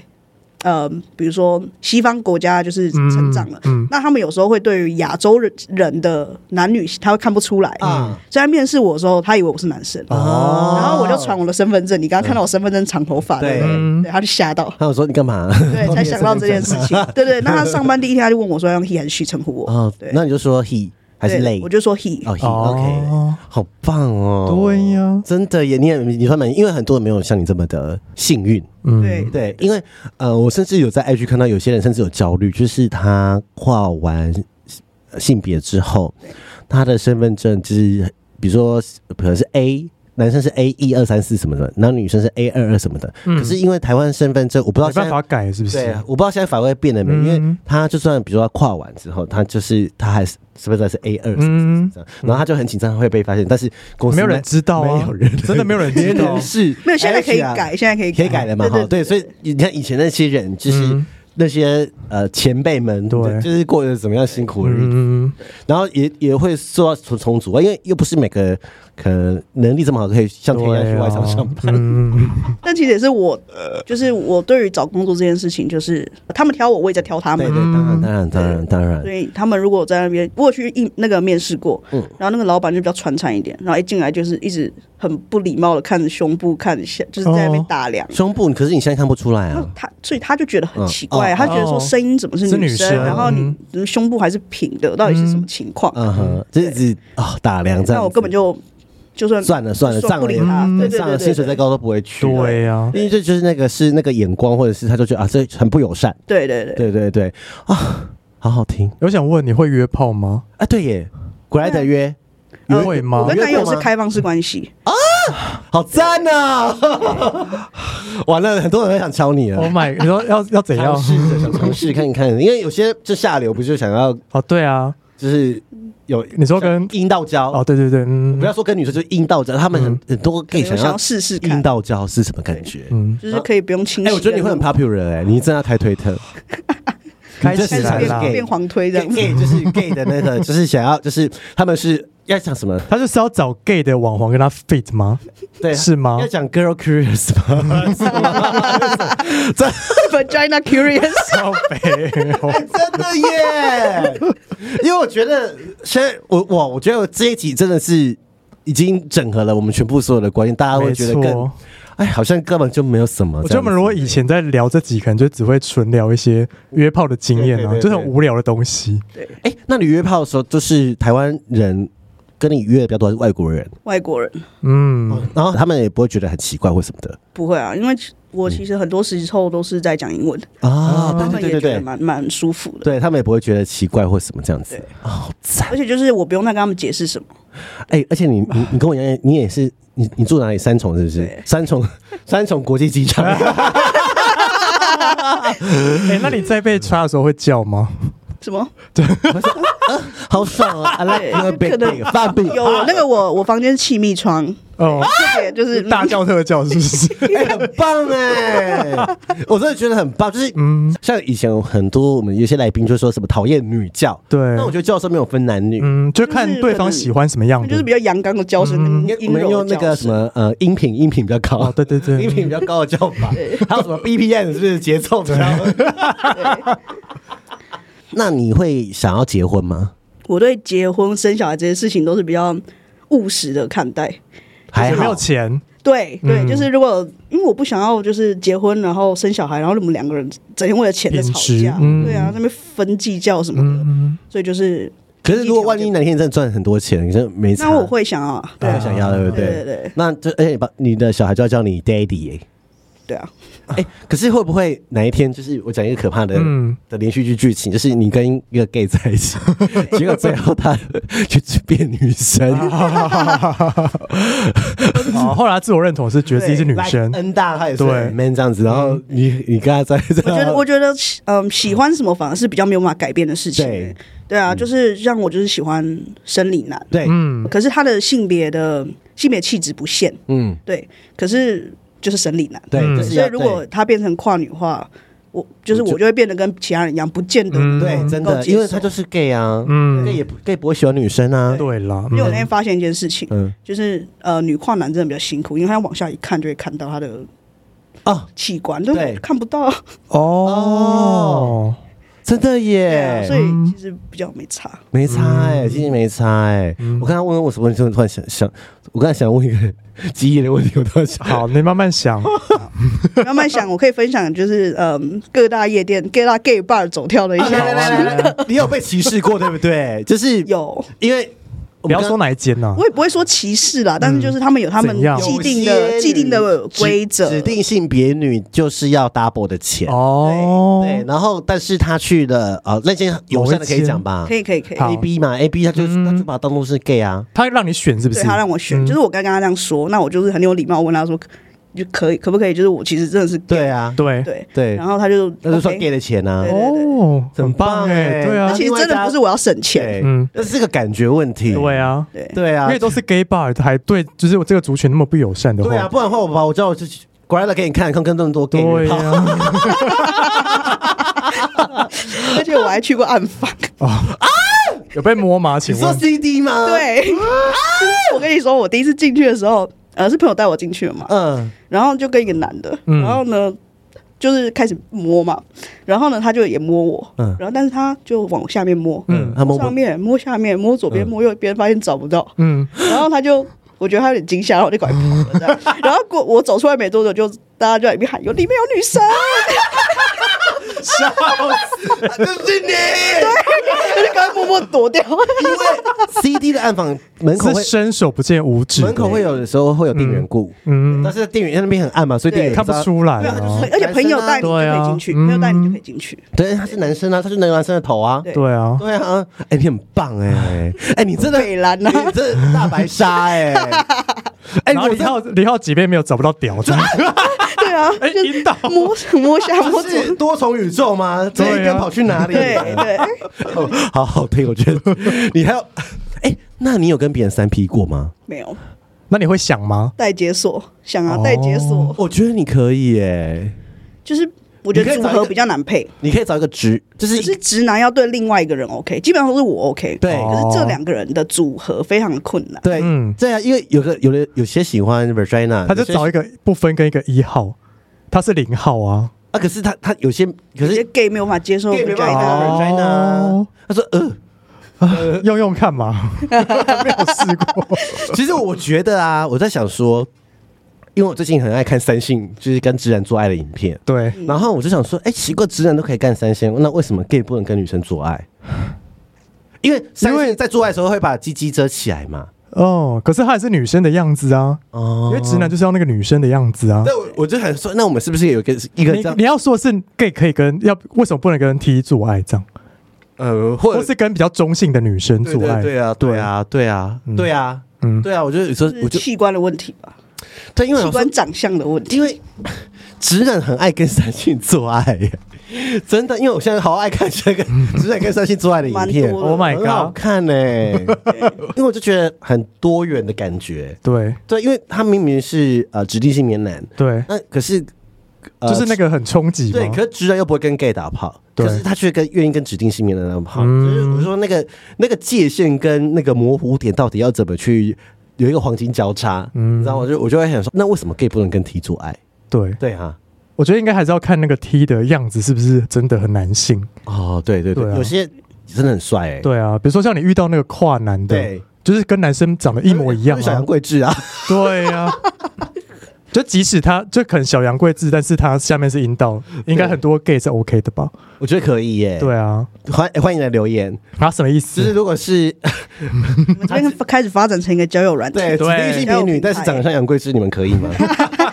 [SPEAKER 3] 呃，比如说西方国家就是成长了，
[SPEAKER 2] 嗯嗯
[SPEAKER 3] 那他们有时候会对于亚洲人人的男女他会看不出来，
[SPEAKER 1] 啊
[SPEAKER 3] 所以他面试我的时候，他以为我是男生，
[SPEAKER 1] 哦
[SPEAKER 3] 然后我就传我的身份证，你刚刚看到我身份证长头发，
[SPEAKER 1] 对
[SPEAKER 3] 对不对
[SPEAKER 2] 嗯
[SPEAKER 3] 对，他就
[SPEAKER 1] <laughs>
[SPEAKER 3] 吓到。
[SPEAKER 1] 他有说你干嘛？
[SPEAKER 3] 对，才想到这件事情。对对，那他上班第一天他就问我说要用 he 还是 she 称呼我，
[SPEAKER 1] 哦
[SPEAKER 3] 对，
[SPEAKER 1] 那你就说 he 还是
[SPEAKER 3] 对
[SPEAKER 1] lay，
[SPEAKER 3] 我就说 he。
[SPEAKER 1] 哦 he
[SPEAKER 2] 哦
[SPEAKER 1] OK，好棒哦，
[SPEAKER 2] 对呀，
[SPEAKER 1] 真的耶，你也你算蛮，因为很多人没有像你这么的幸运，
[SPEAKER 2] 嗯，
[SPEAKER 3] 对
[SPEAKER 1] 对，因为呃，我甚至有在 IG 看到有些人甚至有焦虑，就是他跨完呃性别之后，他的身份证就是比如说可能是 A。男生是 A 一二三四什么的，然后女生是 A 二二什么的。可是因为台湾身份证，我不知道
[SPEAKER 2] 嗯没
[SPEAKER 1] 现
[SPEAKER 2] 办
[SPEAKER 1] 在
[SPEAKER 2] 法改是不
[SPEAKER 1] 对啊
[SPEAKER 2] 是？，
[SPEAKER 1] 我不知道现在法规变了没，因为
[SPEAKER 2] 嗯
[SPEAKER 1] 他就算比如说他跨完之后，他就是他还是身份证是 A 二、
[SPEAKER 2] 嗯，
[SPEAKER 1] 这样然后他就很紧张会被发现，但是公司
[SPEAKER 2] 没有人
[SPEAKER 1] 卖
[SPEAKER 2] 知道啊
[SPEAKER 1] 没有人
[SPEAKER 2] 真的没有人知道
[SPEAKER 1] <laughs> 人是
[SPEAKER 3] 没有，现在可以
[SPEAKER 1] HR
[SPEAKER 3] 改，现在可以
[SPEAKER 1] 可以改的嘛，哈，对，所以你看以前那些人，就是
[SPEAKER 2] 嗯
[SPEAKER 1] 那些呃前辈们，
[SPEAKER 2] 对
[SPEAKER 1] 就是过着怎么样辛苦的日子，
[SPEAKER 2] 嗯，
[SPEAKER 1] 然后也也会受到重重组啊，因为又不是每个可能能力这么好，可以像天一样去外商上班，
[SPEAKER 2] 嗯，
[SPEAKER 3] 但其实也是我，呃就是我对于找工作这件事情，就是他们挑我，我也在挑他
[SPEAKER 1] 对
[SPEAKER 3] 们
[SPEAKER 1] 对，。当然当然当然当然
[SPEAKER 3] 所，以他们如果在那边，我有去应那个面试过，
[SPEAKER 1] 嗯
[SPEAKER 3] 然后那个老板就比较传产一点，然后一进来就是一直很不礼貌的看着胸部，看下就是在那边打量。
[SPEAKER 1] 胸部，可是你现在看不出来啊，
[SPEAKER 3] 他所以他就觉得很奇怪，
[SPEAKER 1] 嗯哦
[SPEAKER 3] 他觉得说声音怎么是
[SPEAKER 2] 是女
[SPEAKER 3] 生，
[SPEAKER 2] 生
[SPEAKER 3] 然后你你胸部还是平的，到底是什么情况？
[SPEAKER 1] 嗯哼，这只啊打量这样子，
[SPEAKER 3] 那我根本就就算
[SPEAKER 1] 算了算了，
[SPEAKER 3] 算
[SPEAKER 1] 上
[SPEAKER 3] 不
[SPEAKER 1] 了
[SPEAKER 3] 理
[SPEAKER 1] 也
[SPEAKER 3] 他，对对
[SPEAKER 1] 上了
[SPEAKER 3] 对
[SPEAKER 1] 薪
[SPEAKER 3] 对
[SPEAKER 1] 水再高都不会去，
[SPEAKER 2] 对啊呀，
[SPEAKER 1] 因为这就是那个是那个眼光，或者是他就觉得啊这很不友善，
[SPEAKER 3] 对对对，
[SPEAKER 1] 对对对啊，好好听。
[SPEAKER 2] 我想问你会约炮吗？
[SPEAKER 1] 啊，对耶，果
[SPEAKER 3] 啊
[SPEAKER 1] 然的约，
[SPEAKER 2] 你
[SPEAKER 3] 呃
[SPEAKER 2] 会吗
[SPEAKER 3] 我跟男
[SPEAKER 1] 你约
[SPEAKER 3] 友
[SPEAKER 1] 过
[SPEAKER 3] 是
[SPEAKER 1] 吗
[SPEAKER 3] 开放式关系，
[SPEAKER 1] 好赞呐！ <laughs> 完了，很多人会想敲你
[SPEAKER 2] Oh
[SPEAKER 1] 了。
[SPEAKER 2] my，你说要要怎样
[SPEAKER 1] 尝？试着想尝试看看，因为有些这下流不就想要
[SPEAKER 2] 哦，对啊，
[SPEAKER 1] 就是有
[SPEAKER 2] 你说跟
[SPEAKER 1] 阴道交
[SPEAKER 2] 哦，对对对，嗯，
[SPEAKER 1] 不要说跟女生，就是阴道交，他们很很多 gay
[SPEAKER 3] 对
[SPEAKER 1] 想
[SPEAKER 3] 我嗯想
[SPEAKER 1] 要
[SPEAKER 3] 要试试
[SPEAKER 1] 阴
[SPEAKER 3] 看，
[SPEAKER 1] 道交是什么感觉？
[SPEAKER 2] 嗯，
[SPEAKER 3] 就是可以不用清洗。
[SPEAKER 1] 哎，我觉得你会很 popular 哎，你真的要开推特，
[SPEAKER 2] 开
[SPEAKER 1] 你这
[SPEAKER 2] 起
[SPEAKER 1] 是
[SPEAKER 2] 来
[SPEAKER 3] <laughs> 开始
[SPEAKER 2] 啦
[SPEAKER 1] 很
[SPEAKER 3] 变
[SPEAKER 1] gay
[SPEAKER 3] 变黄推这
[SPEAKER 1] gay
[SPEAKER 3] 样
[SPEAKER 1] <laughs>
[SPEAKER 3] 子。
[SPEAKER 1] gay 就是 gay 的那
[SPEAKER 3] <laughs>
[SPEAKER 1] 个，就是想要就是他们是要讲什么？
[SPEAKER 2] 他就是要找 gay 的网红跟他 fit 吗？
[SPEAKER 1] 对，
[SPEAKER 2] 是吗
[SPEAKER 1] 要讲 girl curious 吗？
[SPEAKER 2] <laughs>
[SPEAKER 1] <laughs>
[SPEAKER 3] <laughs> Vagina curious，
[SPEAKER 2] 靠北 <laughs> 哦
[SPEAKER 1] 真的
[SPEAKER 3] <laughs>
[SPEAKER 1] 耶！因为我觉得现在我哇，我觉得这一集真的是已经整合了我们全部所有的观念，大家会
[SPEAKER 2] 没
[SPEAKER 1] 觉得更
[SPEAKER 2] 错。
[SPEAKER 1] 哎，好像根本就没有什么这样子。
[SPEAKER 2] 我觉得我们如果以前在聊这集，可能就只会纯聊一些约炮的经验
[SPEAKER 1] 对对
[SPEAKER 2] 啊，
[SPEAKER 1] 对对
[SPEAKER 2] 就是很无聊的东西。
[SPEAKER 1] 哎，那你约炮的时候，就是台湾人跟你约的比较多还是外国人，
[SPEAKER 3] 外国人
[SPEAKER 2] 嗯，
[SPEAKER 1] 然后他们也不会觉得很奇怪或什么的
[SPEAKER 3] 不会啊，因为其我其实很多时候都是在讲英文，
[SPEAKER 1] 啊
[SPEAKER 3] 哦他们
[SPEAKER 1] 对
[SPEAKER 3] 也
[SPEAKER 1] 对
[SPEAKER 3] 觉得
[SPEAKER 1] 对对，
[SPEAKER 3] 蛮蛮舒服的。
[SPEAKER 1] 对他们也不会觉得奇怪或什么这样子
[SPEAKER 3] 对
[SPEAKER 1] 啊，好赞
[SPEAKER 3] 而且就是我不用再跟他们解释什么，
[SPEAKER 1] 哎！而且你你你跟我一样，你也是你你住哪里？三重是不是
[SPEAKER 3] 对？
[SPEAKER 1] 三重 <laughs> 三重国际机场。<laughs>
[SPEAKER 2] <laughs> 哎，那你在被抓的时候会叫 <laughs> 吗？
[SPEAKER 3] 什么
[SPEAKER 1] 好爽啊！I like your big
[SPEAKER 3] 可能
[SPEAKER 1] big fat big，
[SPEAKER 3] 有那个我我房间是气密窗，
[SPEAKER 2] 哦，
[SPEAKER 3] 特
[SPEAKER 1] <laughs>
[SPEAKER 3] 别就是嗯
[SPEAKER 2] 大叫特叫是不 <laughs> 是？
[SPEAKER 1] 哎很棒哎、我真的觉得很棒，就是
[SPEAKER 2] 嗯，
[SPEAKER 1] 像以前有很多我们有些来宾就说什么讨厌女教，
[SPEAKER 2] 对
[SPEAKER 1] 那我觉得教授没有分男女，
[SPEAKER 2] 嗯，就看对方喜欢什么样
[SPEAKER 3] 就
[SPEAKER 2] 的
[SPEAKER 3] 是比。较阳刚的叫声，
[SPEAKER 1] 应该我
[SPEAKER 3] 跟阴
[SPEAKER 1] 们
[SPEAKER 3] 柔
[SPEAKER 1] 嗯用那
[SPEAKER 3] 的
[SPEAKER 1] 个
[SPEAKER 3] 叫
[SPEAKER 1] 什
[SPEAKER 3] 声。
[SPEAKER 1] 么呃音频音频比较高，
[SPEAKER 2] 哦，对对
[SPEAKER 1] <laughs> 音
[SPEAKER 2] <laughs> 对，
[SPEAKER 1] 频比较高的叫法
[SPEAKER 3] 对，
[SPEAKER 1] 还有什么 BPM 是不是节奏比较？ <laughs> 那你会想要结婚吗？
[SPEAKER 3] 我对结婚生小孩这些事情都是比较务实的看待。
[SPEAKER 1] 还
[SPEAKER 2] 有没
[SPEAKER 1] 好
[SPEAKER 2] 有 <laughs> 钱？
[SPEAKER 3] 对对，
[SPEAKER 2] 嗯
[SPEAKER 3] 就是如果因为我不想要就是结婚，然后生小孩，然后你们两个人整天为了钱在吵
[SPEAKER 2] 贬值
[SPEAKER 3] 架，
[SPEAKER 2] 嗯
[SPEAKER 3] 对啊，那边分计较什么的，
[SPEAKER 2] 嗯，
[SPEAKER 3] 所以就是
[SPEAKER 1] 可是如果万一哪天真的赚很多钱，你就没差
[SPEAKER 3] 那我会想啊，对
[SPEAKER 1] 会
[SPEAKER 3] 啊，
[SPEAKER 1] 想要对不
[SPEAKER 3] 对
[SPEAKER 1] 对
[SPEAKER 3] 对？对
[SPEAKER 1] 那就而且把你的小孩就要叫你 daddy 哎。
[SPEAKER 3] 对啊，
[SPEAKER 1] 哎、可是会不会哪一天，就是我讲一个可怕的、
[SPEAKER 2] 嗯
[SPEAKER 1] 的连续剧剧情，就是你跟一个 gay 在一起，结果最后他去变女生，
[SPEAKER 2] 啊哦，后来自我认同是觉得自己是女生
[SPEAKER 1] N 大他也是
[SPEAKER 2] 对
[SPEAKER 1] 很 man 这样子，然后你、你跟他在这，
[SPEAKER 3] 我觉得我觉得嗯，喜欢什么反而是比较没有办法改变的事情、
[SPEAKER 1] 对
[SPEAKER 3] 对啊，就是像我就是喜欢生理男，
[SPEAKER 1] 对，
[SPEAKER 2] 嗯，
[SPEAKER 3] 可是他的性别的性别气质不限，
[SPEAKER 1] 嗯，
[SPEAKER 3] 对，可是就是生理男，
[SPEAKER 1] 对，
[SPEAKER 2] 嗯
[SPEAKER 1] 就是
[SPEAKER 3] 所
[SPEAKER 1] 要
[SPEAKER 3] 以如果他变成跨女化，我就是
[SPEAKER 1] 我
[SPEAKER 3] 我
[SPEAKER 1] 就
[SPEAKER 3] 就会变得跟其他人一样，不见得。
[SPEAKER 2] 嗯
[SPEAKER 1] 对对真的，
[SPEAKER 3] 能够接受
[SPEAKER 1] 因为他就是 gay 啊，
[SPEAKER 2] 嗯
[SPEAKER 1] g a y 也不 gay 不会喜欢女生啊，
[SPEAKER 2] 对啦，
[SPEAKER 3] 因为我
[SPEAKER 2] 嗯
[SPEAKER 3] 那天发现一件事情，
[SPEAKER 1] 嗯，
[SPEAKER 3] 就是呃，女跨男真的比较辛苦，因为他往下一看就会看到他的
[SPEAKER 1] 哦，
[SPEAKER 3] 器官，就
[SPEAKER 1] 对
[SPEAKER 3] 看不到， <laughs>
[SPEAKER 2] 哦
[SPEAKER 1] 哦，真的
[SPEAKER 3] 对啊
[SPEAKER 1] 耶，
[SPEAKER 3] 所以
[SPEAKER 2] 嗯
[SPEAKER 3] 其实比较没差。
[SPEAKER 1] 没差哎、欸，其实没差哎、欸。
[SPEAKER 2] 嗯
[SPEAKER 1] 我刚刚问我什么问题，我突然想想，我刚才想问一个 <laughs> 记忆的问题，我突然想，
[SPEAKER 2] 好，你慢慢 <laughs> 想，
[SPEAKER 3] 慢慢想，我可以分享，就是嗯，各大夜店、各大 gay bar 走跳的一些
[SPEAKER 1] 啊来来来来来，你有被歧视过对不对？就是
[SPEAKER 3] 有，
[SPEAKER 1] 因为我
[SPEAKER 2] 不
[SPEAKER 1] 们
[SPEAKER 2] 要
[SPEAKER 1] 刚
[SPEAKER 2] 说哪一间呐
[SPEAKER 3] 我，也不会说歧视啦，但是就是他们有他们
[SPEAKER 2] 怎样
[SPEAKER 3] 既定
[SPEAKER 1] 嗯有些
[SPEAKER 3] 的
[SPEAKER 1] 女
[SPEAKER 3] 既定的规则，
[SPEAKER 1] 指指定性别女就是要 double 的钱。
[SPEAKER 2] 哦，
[SPEAKER 1] 对，然后但是他去了呃那间友善的可以讲吧
[SPEAKER 3] 可以可以可以。
[SPEAKER 2] 好
[SPEAKER 1] A B 嘛 A B 他就、
[SPEAKER 2] 嗯
[SPEAKER 1] 他就把他当做是 gay 啊，
[SPEAKER 2] 他让你选是不
[SPEAKER 3] 对
[SPEAKER 2] 是？
[SPEAKER 3] 他让我选，
[SPEAKER 2] 嗯
[SPEAKER 3] 就是我刚刚跟他这样说，那我就是很有礼貌问他说，就可以可不可以？就是我其实真的是
[SPEAKER 1] 对啊，
[SPEAKER 2] 对
[SPEAKER 3] 对，
[SPEAKER 1] 对，
[SPEAKER 3] 然后他就
[SPEAKER 1] 那就算
[SPEAKER 3] OK
[SPEAKER 1] gay 的钱啊
[SPEAKER 3] 对，
[SPEAKER 2] 哦，
[SPEAKER 1] 很棒
[SPEAKER 2] 哎，
[SPEAKER 1] 哎，
[SPEAKER 2] 对啊
[SPEAKER 3] 那，其实真的不是我要省钱，
[SPEAKER 1] 对，
[SPEAKER 2] 嗯，
[SPEAKER 1] 那是个感觉问题，
[SPEAKER 2] 对啊，
[SPEAKER 3] 对
[SPEAKER 1] 对啊
[SPEAKER 2] 因为，都是 gay bar，还对，就是我这个族群那么不友善的话，
[SPEAKER 1] 对啊，不然的话我把我叫我就过来了给你看，看跟那么多 gay
[SPEAKER 2] 对
[SPEAKER 1] 人
[SPEAKER 2] 啊
[SPEAKER 1] 泡
[SPEAKER 2] 呀，
[SPEAKER 3] 而且我还去过暗访，
[SPEAKER 2] <laughs> 有被摸吗？
[SPEAKER 1] 你
[SPEAKER 2] 请
[SPEAKER 1] 说
[SPEAKER 2] 问，
[SPEAKER 1] CD 吗？，
[SPEAKER 3] 对， <laughs> 我跟你说，我第一次进去的时候，呃，是朋友带我进去的嘛，
[SPEAKER 1] 嗯，
[SPEAKER 3] 然后就跟一个男的，
[SPEAKER 2] 嗯
[SPEAKER 3] 然后呢。就是开始摸嘛，然后呢，他就也摸我，
[SPEAKER 1] 嗯
[SPEAKER 3] 然后但是他就往下面摸，
[SPEAKER 2] 嗯
[SPEAKER 1] 他摸
[SPEAKER 3] 上
[SPEAKER 1] 不
[SPEAKER 3] 面摸下面摸左边摸右边，发现找不到，
[SPEAKER 2] 嗯，
[SPEAKER 3] 然后他就，我觉得他有点惊吓，然后我就赶快跑了这样。然后过我走出来没多久，就大家就在里面喊有里面有女生，
[SPEAKER 2] 笑
[SPEAKER 1] 啊就是你。
[SPEAKER 3] 我就赶快默默躲掉。
[SPEAKER 1] 因为 CD 的暗访门口
[SPEAKER 2] 死，
[SPEAKER 1] 会
[SPEAKER 2] 是伸手不见五指，欸
[SPEAKER 1] 门口会，有的时候会有店员顾，
[SPEAKER 2] 嗯，
[SPEAKER 1] 但是店员因为那边很暗嘛，所以店员
[SPEAKER 2] 看不
[SPEAKER 1] 知道。
[SPEAKER 2] 出来
[SPEAKER 3] 对，他就
[SPEAKER 2] 啊
[SPEAKER 3] 是，，而且朋友带你就可以进去，
[SPEAKER 2] 对啊
[SPEAKER 3] 朋友带你就可以进去。
[SPEAKER 1] 对，他是男生啊，他是男男生的头啊。
[SPEAKER 3] 对
[SPEAKER 2] 对啊，
[SPEAKER 1] 对啊，哎，你很棒
[SPEAKER 3] <laughs>
[SPEAKER 1] 哎，哎，你真的，
[SPEAKER 3] 北兰啊呢？
[SPEAKER 1] 你这大白鲨
[SPEAKER 3] <laughs>
[SPEAKER 1] 哎，哎，
[SPEAKER 2] 然后
[SPEAKER 1] 我
[SPEAKER 2] 李
[SPEAKER 1] 真
[SPEAKER 2] 浩李浩几遍没有找不到屌，真的
[SPEAKER 1] <laughs>
[SPEAKER 3] 对啊，
[SPEAKER 2] 哎
[SPEAKER 3] 就
[SPEAKER 2] 引导
[SPEAKER 3] 摸摸下摸
[SPEAKER 1] 不
[SPEAKER 3] 左，
[SPEAKER 1] 是多重宇宙吗？这一
[SPEAKER 2] 对
[SPEAKER 1] 根
[SPEAKER 2] 啊
[SPEAKER 1] 跑去哪里？
[SPEAKER 3] 对对，哎
[SPEAKER 1] 哦， <laughs> 好好听，我觉得你还有，哎，那你有跟别人三 P 过吗？
[SPEAKER 3] 没有
[SPEAKER 2] 那你会想吗？
[SPEAKER 3] 待解锁，想啊
[SPEAKER 2] 哦
[SPEAKER 3] 待解锁，
[SPEAKER 1] 我觉得你可以哎，
[SPEAKER 3] 就是我觉
[SPEAKER 1] 你可以
[SPEAKER 3] 得组
[SPEAKER 1] 找一
[SPEAKER 3] 合
[SPEAKER 1] 个
[SPEAKER 3] 比较难配。
[SPEAKER 1] 你可以找一个直，就是
[SPEAKER 3] 只是直男要对另外一个人 OK，基本上都是我 OK，
[SPEAKER 1] 对
[SPEAKER 3] 可是
[SPEAKER 2] 哦
[SPEAKER 3] 这两个人的组合非常的困难，
[SPEAKER 1] 对，
[SPEAKER 2] 嗯
[SPEAKER 1] 对啊，因为有个有的有些喜欢 Virginia，
[SPEAKER 2] 他就
[SPEAKER 1] 有些
[SPEAKER 2] 找一个不分跟一个一号，他是零号啊，
[SPEAKER 1] 啊，可是他他有些可
[SPEAKER 3] 有些
[SPEAKER 1] 是
[SPEAKER 3] gay 没有办法接受
[SPEAKER 1] gay 没办法
[SPEAKER 2] 啊
[SPEAKER 1] 哦
[SPEAKER 3] vagina
[SPEAKER 1] Virginia
[SPEAKER 2] 哦
[SPEAKER 1] 他说呃，
[SPEAKER 2] 用用看
[SPEAKER 1] <laughs>
[SPEAKER 2] 嘛，没有试过，
[SPEAKER 1] 其实我觉得啊，我在想说，因为我最近很爱看三性，就是跟直男做爱的影片，
[SPEAKER 2] 对，
[SPEAKER 3] 嗯
[SPEAKER 1] 然后我就想说，哎、奇怪，直男都可以干三性，那为什么 gay 不能跟女生做爱？因为因为在做爱的时候会把鸡鸡遮起来嘛。
[SPEAKER 2] 哦，可是她也是女生的样子啊，
[SPEAKER 1] 哦
[SPEAKER 2] 因为直男就是要那个女生的样子啊。
[SPEAKER 1] 那我我就很说，那我们是不是有一个哦一个这
[SPEAKER 2] 你
[SPEAKER 1] 样
[SPEAKER 2] 你要说的是 gay 可以跟要为什么不能跟 T 做爱这样，
[SPEAKER 1] 呃，或
[SPEAKER 2] 或
[SPEAKER 1] 者
[SPEAKER 2] 是跟比较中性的女生
[SPEAKER 1] 对
[SPEAKER 2] 做
[SPEAKER 1] 对
[SPEAKER 2] 爱？
[SPEAKER 1] 对啊，对啊，对啊，对啊，
[SPEAKER 2] 嗯
[SPEAKER 1] 对啊，我就有时候我
[SPEAKER 3] 是
[SPEAKER 1] 就
[SPEAKER 3] 器官的问题吧，
[SPEAKER 1] 对，因为
[SPEAKER 3] 器
[SPEAKER 1] 我说
[SPEAKER 3] 官长相的问题。
[SPEAKER 1] 因为直男很爱跟三性做爱耶， <laughs> 真的，因为我现在好爱看这个直男跟三性做爱的影片
[SPEAKER 3] 蛮多的
[SPEAKER 2] 嗯 Oh my
[SPEAKER 1] 很好
[SPEAKER 2] god！
[SPEAKER 1] 看呢、
[SPEAKER 3] <laughs>
[SPEAKER 1] 因为我就觉得很多元的感觉。
[SPEAKER 2] 对
[SPEAKER 1] 对，因为他明明是呃指定性别男，
[SPEAKER 2] 对，
[SPEAKER 1] 那可是、呃
[SPEAKER 2] 就是那个很冲击
[SPEAKER 1] 对，
[SPEAKER 2] 嘛
[SPEAKER 1] 可。是直男又不会跟 gay 打炮，
[SPEAKER 2] 对
[SPEAKER 1] 可是他却跟愿意跟指定性别男打炮，
[SPEAKER 2] 嗯
[SPEAKER 1] 就是我说那个那个界限跟那个模糊点到底要怎么去有一个黄金交叉，
[SPEAKER 2] 嗯
[SPEAKER 1] 你知道吗？就我就会想说，那为什么 gay 不能跟 T 做爱？
[SPEAKER 2] 对，
[SPEAKER 1] 对啊，
[SPEAKER 2] 我觉得应该还是要看那个 T 的样子是不是真的很男性。
[SPEAKER 1] 哦，对对对，
[SPEAKER 2] 对啊
[SPEAKER 1] 有些真的很帅哎、欸，
[SPEAKER 2] 对啊，比如说像你遇到那个跨男的
[SPEAKER 1] 对，
[SPEAKER 2] 就是跟男生长得一模一样
[SPEAKER 1] 就是小
[SPEAKER 2] 啊
[SPEAKER 1] 杨。贵志啊，
[SPEAKER 2] 对
[SPEAKER 1] <laughs>
[SPEAKER 2] 啊。就即使他就可能小洋贵字，但是他下面是阴道，应该很多 gay 是 OK 的吧？
[SPEAKER 1] 我觉得可以耶、
[SPEAKER 2] 对啊，
[SPEAKER 1] 欢欢迎来留言，
[SPEAKER 2] 他什么意
[SPEAKER 1] 就是
[SPEAKER 2] 思？
[SPEAKER 1] 如果是 <laughs>
[SPEAKER 3] 我们这边开始发展成一个交友软
[SPEAKER 1] 对
[SPEAKER 3] 件，
[SPEAKER 1] 指定性别女，但是长得像杨贵志，你们可以吗？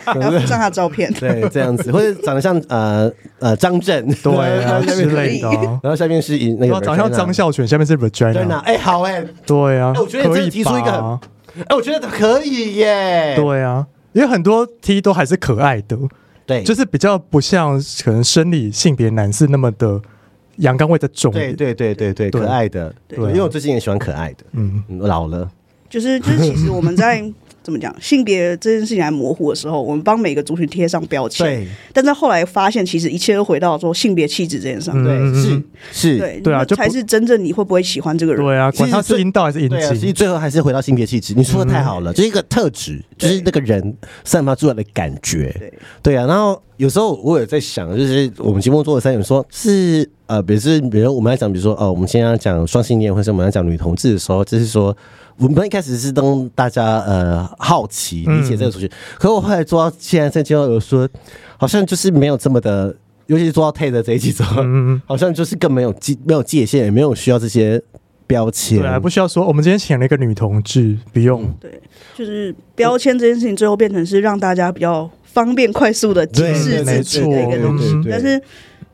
[SPEAKER 3] 然后附上他的照片，
[SPEAKER 1] <laughs> 对，这样子，或者长得像呃呃张震，
[SPEAKER 2] 对啊
[SPEAKER 1] 然 <laughs> 后下
[SPEAKER 2] 之
[SPEAKER 1] 面
[SPEAKER 2] 类的啊。
[SPEAKER 1] 然后下面是以那
[SPEAKER 2] 对
[SPEAKER 1] 个
[SPEAKER 2] 啊长得像
[SPEAKER 1] vagina
[SPEAKER 2] 张孝全，下面是
[SPEAKER 1] 对呢
[SPEAKER 2] vagina，，
[SPEAKER 1] 哎，好哎、
[SPEAKER 2] 对啊，
[SPEAKER 1] 哎我觉得你
[SPEAKER 2] 可
[SPEAKER 1] 真
[SPEAKER 2] 以
[SPEAKER 1] 的提出一个
[SPEAKER 2] 吧
[SPEAKER 1] 哎，我觉得可以耶。
[SPEAKER 2] 对啊，因为很多 T 都还是可爱的，
[SPEAKER 1] 对，
[SPEAKER 2] 就是比较不像可能生理性别男是那么的阳刚味的重，
[SPEAKER 1] 对对对对对，
[SPEAKER 2] 对
[SPEAKER 1] 可爱的。
[SPEAKER 3] 对
[SPEAKER 1] 因为我最近也喜欢可爱的。
[SPEAKER 2] 嗯，
[SPEAKER 1] 嗯，老了，
[SPEAKER 3] 就是就是，其实我们在怎么讲性别这件事情还模糊的时候，我们帮每个族群贴上标签，
[SPEAKER 1] 对
[SPEAKER 3] 但在后来发现，其实一切都回到说性别气质这件事上。
[SPEAKER 1] 对
[SPEAKER 2] 嗯
[SPEAKER 1] 是是，
[SPEAKER 3] 对
[SPEAKER 2] 对啊
[SPEAKER 3] 那
[SPEAKER 2] 就不
[SPEAKER 3] 才是真正你会不会喜欢这个人。
[SPEAKER 2] 对啊，
[SPEAKER 1] 其实
[SPEAKER 2] 管他是
[SPEAKER 1] 最
[SPEAKER 2] 阴道还是阴
[SPEAKER 1] 对啊，所以
[SPEAKER 2] 茎，嗯
[SPEAKER 1] 最后还是回到性别气质。你说的太好了，就是一个特质，就是那个人散发出来的感觉。
[SPEAKER 3] 对，
[SPEAKER 1] 对啊，然后有时候我有在想，就是我们节目做的三有说是呃，比如是比如我们要讲，比如说哦，我们今天要讲双性恋，或者是我们要讲女同志的时候，就是说我们一开始是当大家呃好奇理解这个族群，可我后来做到现在这阶段，有说好像就是没有这么的，尤其是做到 TED 这一集之后，
[SPEAKER 2] 嗯，
[SPEAKER 1] 好像就是更没有界没有界限，也没有需要这些标签
[SPEAKER 2] 对，啊，不需要说我们今天请了一个女同志，不用，
[SPEAKER 1] 嗯
[SPEAKER 3] 就是标签这件事情，最后变成是让大家比较方便、快速的解
[SPEAKER 2] 对
[SPEAKER 3] 释
[SPEAKER 2] 没
[SPEAKER 3] 自
[SPEAKER 2] 错
[SPEAKER 3] 己的一个东西
[SPEAKER 2] 嗯。
[SPEAKER 3] 但是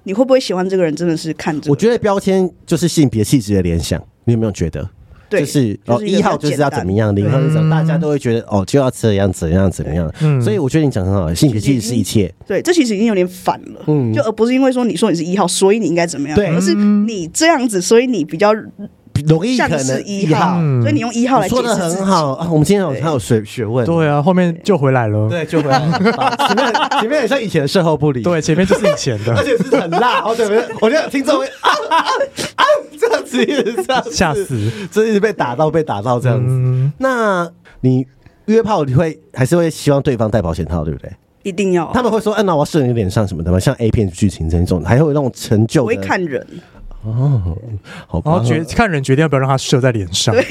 [SPEAKER 3] 你会不会喜欢这个人，真的是看这个人。
[SPEAKER 1] 我觉得标签就是性别气质的联想，你有没有觉得？
[SPEAKER 3] 对，
[SPEAKER 1] 就是
[SPEAKER 3] 就
[SPEAKER 1] 哦，
[SPEAKER 3] 是一个
[SPEAKER 1] 一号
[SPEAKER 3] 比较
[SPEAKER 1] 就是要
[SPEAKER 3] 简单
[SPEAKER 1] 怎么样，零号就是怎么样，
[SPEAKER 2] 嗯
[SPEAKER 1] 大家都会觉得哦就要这样怎样怎么样。
[SPEAKER 2] 嗯
[SPEAKER 1] 所以我觉得你讲得很好，性别气质是一切。
[SPEAKER 3] 对，这其实已经有点反了，
[SPEAKER 1] 嗯
[SPEAKER 3] 就而不是因为说你说你是一号，所以你应该怎么样，
[SPEAKER 1] 对
[SPEAKER 3] 而是你这样子，所以你比较
[SPEAKER 1] 容易
[SPEAKER 3] 像
[SPEAKER 1] 可
[SPEAKER 3] 是
[SPEAKER 1] 能
[SPEAKER 3] 一
[SPEAKER 1] 号
[SPEAKER 3] 号，
[SPEAKER 2] 嗯，
[SPEAKER 3] 所以你用一号来
[SPEAKER 1] 你
[SPEAKER 3] 解
[SPEAKER 1] 说
[SPEAKER 3] 释
[SPEAKER 1] 的
[SPEAKER 3] 自己
[SPEAKER 1] 很。好啊，我们今天有
[SPEAKER 3] 对
[SPEAKER 1] 还有学学问，
[SPEAKER 2] 对啊，后面就回来了，
[SPEAKER 1] 对，就回来了吧前面前面很像以前的售后不理，，
[SPEAKER 2] 对，前面就是以前
[SPEAKER 1] <laughs> 而
[SPEAKER 2] 的，
[SPEAKER 1] 且是很辣，哦好久没，我觉得听众会啊啊啊这样子一直这样子
[SPEAKER 2] 吓死，
[SPEAKER 3] 嗯
[SPEAKER 1] 这一直被打到被打到这样子。
[SPEAKER 2] 嗯，
[SPEAKER 1] 那你约炮你会还是会希望对方戴保险套，对不对？
[SPEAKER 3] 一定要
[SPEAKER 1] 他们会说，嗯，那我要射你脸上什么的吗？像 A 片剧情这种，还有那种成就
[SPEAKER 3] 我会
[SPEAKER 1] 的，
[SPEAKER 3] 看人，
[SPEAKER 1] 哦，好
[SPEAKER 2] 然
[SPEAKER 1] 棒
[SPEAKER 2] 后
[SPEAKER 1] 哦，
[SPEAKER 2] 决看人决定要不要让他射在脸上，
[SPEAKER 3] 当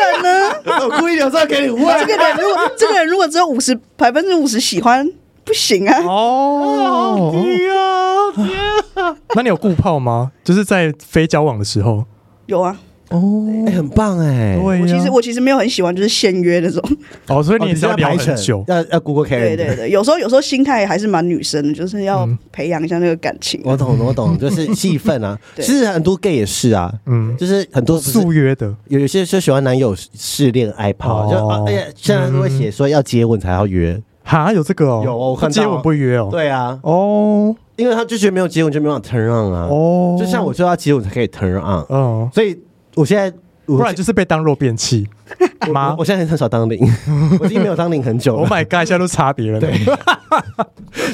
[SPEAKER 3] 然呢，
[SPEAKER 1] 啊我故意留这个给你问，
[SPEAKER 3] 这个人如果这个人如果只有五十百分之五十喜欢，不行啊。
[SPEAKER 2] 哦，啊那你有顾炮吗？就是在非交往的时候，
[SPEAKER 3] 有啊，
[SPEAKER 1] 哎很棒哎，
[SPEAKER 2] 对
[SPEAKER 3] 我其实
[SPEAKER 2] 呀，
[SPEAKER 3] 我其实没有很喜欢就是现约那种，
[SPEAKER 2] 哦，所以你
[SPEAKER 1] 哦
[SPEAKER 2] 也是要聊很久，
[SPEAKER 1] 要要 Google
[SPEAKER 3] 对
[SPEAKER 1] Karen，
[SPEAKER 3] 对对，有时候有时候心态还是蛮女生的，就是要培养一下那个感情。
[SPEAKER 1] 嗯我懂我懂，就是气氛啊。其
[SPEAKER 3] 对
[SPEAKER 1] 实很多 gay 也是啊，
[SPEAKER 2] 嗯，
[SPEAKER 1] 就是很多不是
[SPEAKER 2] 速约的，
[SPEAKER 1] 有有些就喜欢男友试恋爱炮，
[SPEAKER 2] 哦
[SPEAKER 1] 就啊哎呀，现在都会写说要接吻才要约，
[SPEAKER 2] 哈，有这个哦，
[SPEAKER 1] 有我看到
[SPEAKER 2] 接吻不约哦，，
[SPEAKER 1] 对啊，
[SPEAKER 2] 哦
[SPEAKER 1] 因为他就觉得没有接吻就没办法 turn on 啊，
[SPEAKER 2] 哦，
[SPEAKER 1] 就像我，就要接吻才可以 turn on，
[SPEAKER 2] 嗯，
[SPEAKER 1] 所以我现在我
[SPEAKER 2] 不然就是被当肉便器
[SPEAKER 1] <laughs> 我
[SPEAKER 2] 妈
[SPEAKER 1] 我现在很少当
[SPEAKER 2] <laughs>
[SPEAKER 1] 零，我已经没有当零很久
[SPEAKER 2] ，Oh
[SPEAKER 1] 了。
[SPEAKER 2] my god，现在都差别人了，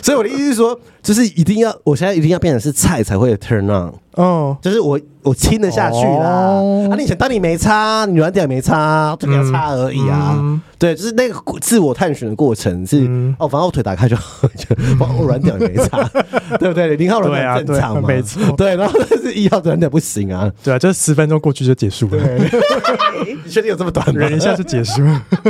[SPEAKER 1] 所以我的意思是说，就是一定要，我现在一定要变成是菜才会 turn on，
[SPEAKER 2] 嗯，
[SPEAKER 1] 就是我我亲得下去啦。
[SPEAKER 2] 哦
[SPEAKER 1] 啊，你想当你没差，你软点没差，就给他差而已啊。
[SPEAKER 2] 嗯
[SPEAKER 1] 对，就是那个自我探寻的过程是，
[SPEAKER 2] 嗯
[SPEAKER 1] 哦，反正我腿打开就，就反正我软点也没
[SPEAKER 2] <laughs>
[SPEAKER 1] 差，对不对？零号软
[SPEAKER 2] 对啊
[SPEAKER 1] 点正常嘛，
[SPEAKER 2] 对没错
[SPEAKER 1] 对，然后但是一号软点不行啊。
[SPEAKER 2] 对啊，这十分钟过去就结束
[SPEAKER 1] <laughs>
[SPEAKER 2] 了，
[SPEAKER 1] 对，你确定有这么短？转嘛，
[SPEAKER 2] 忍一下就结束。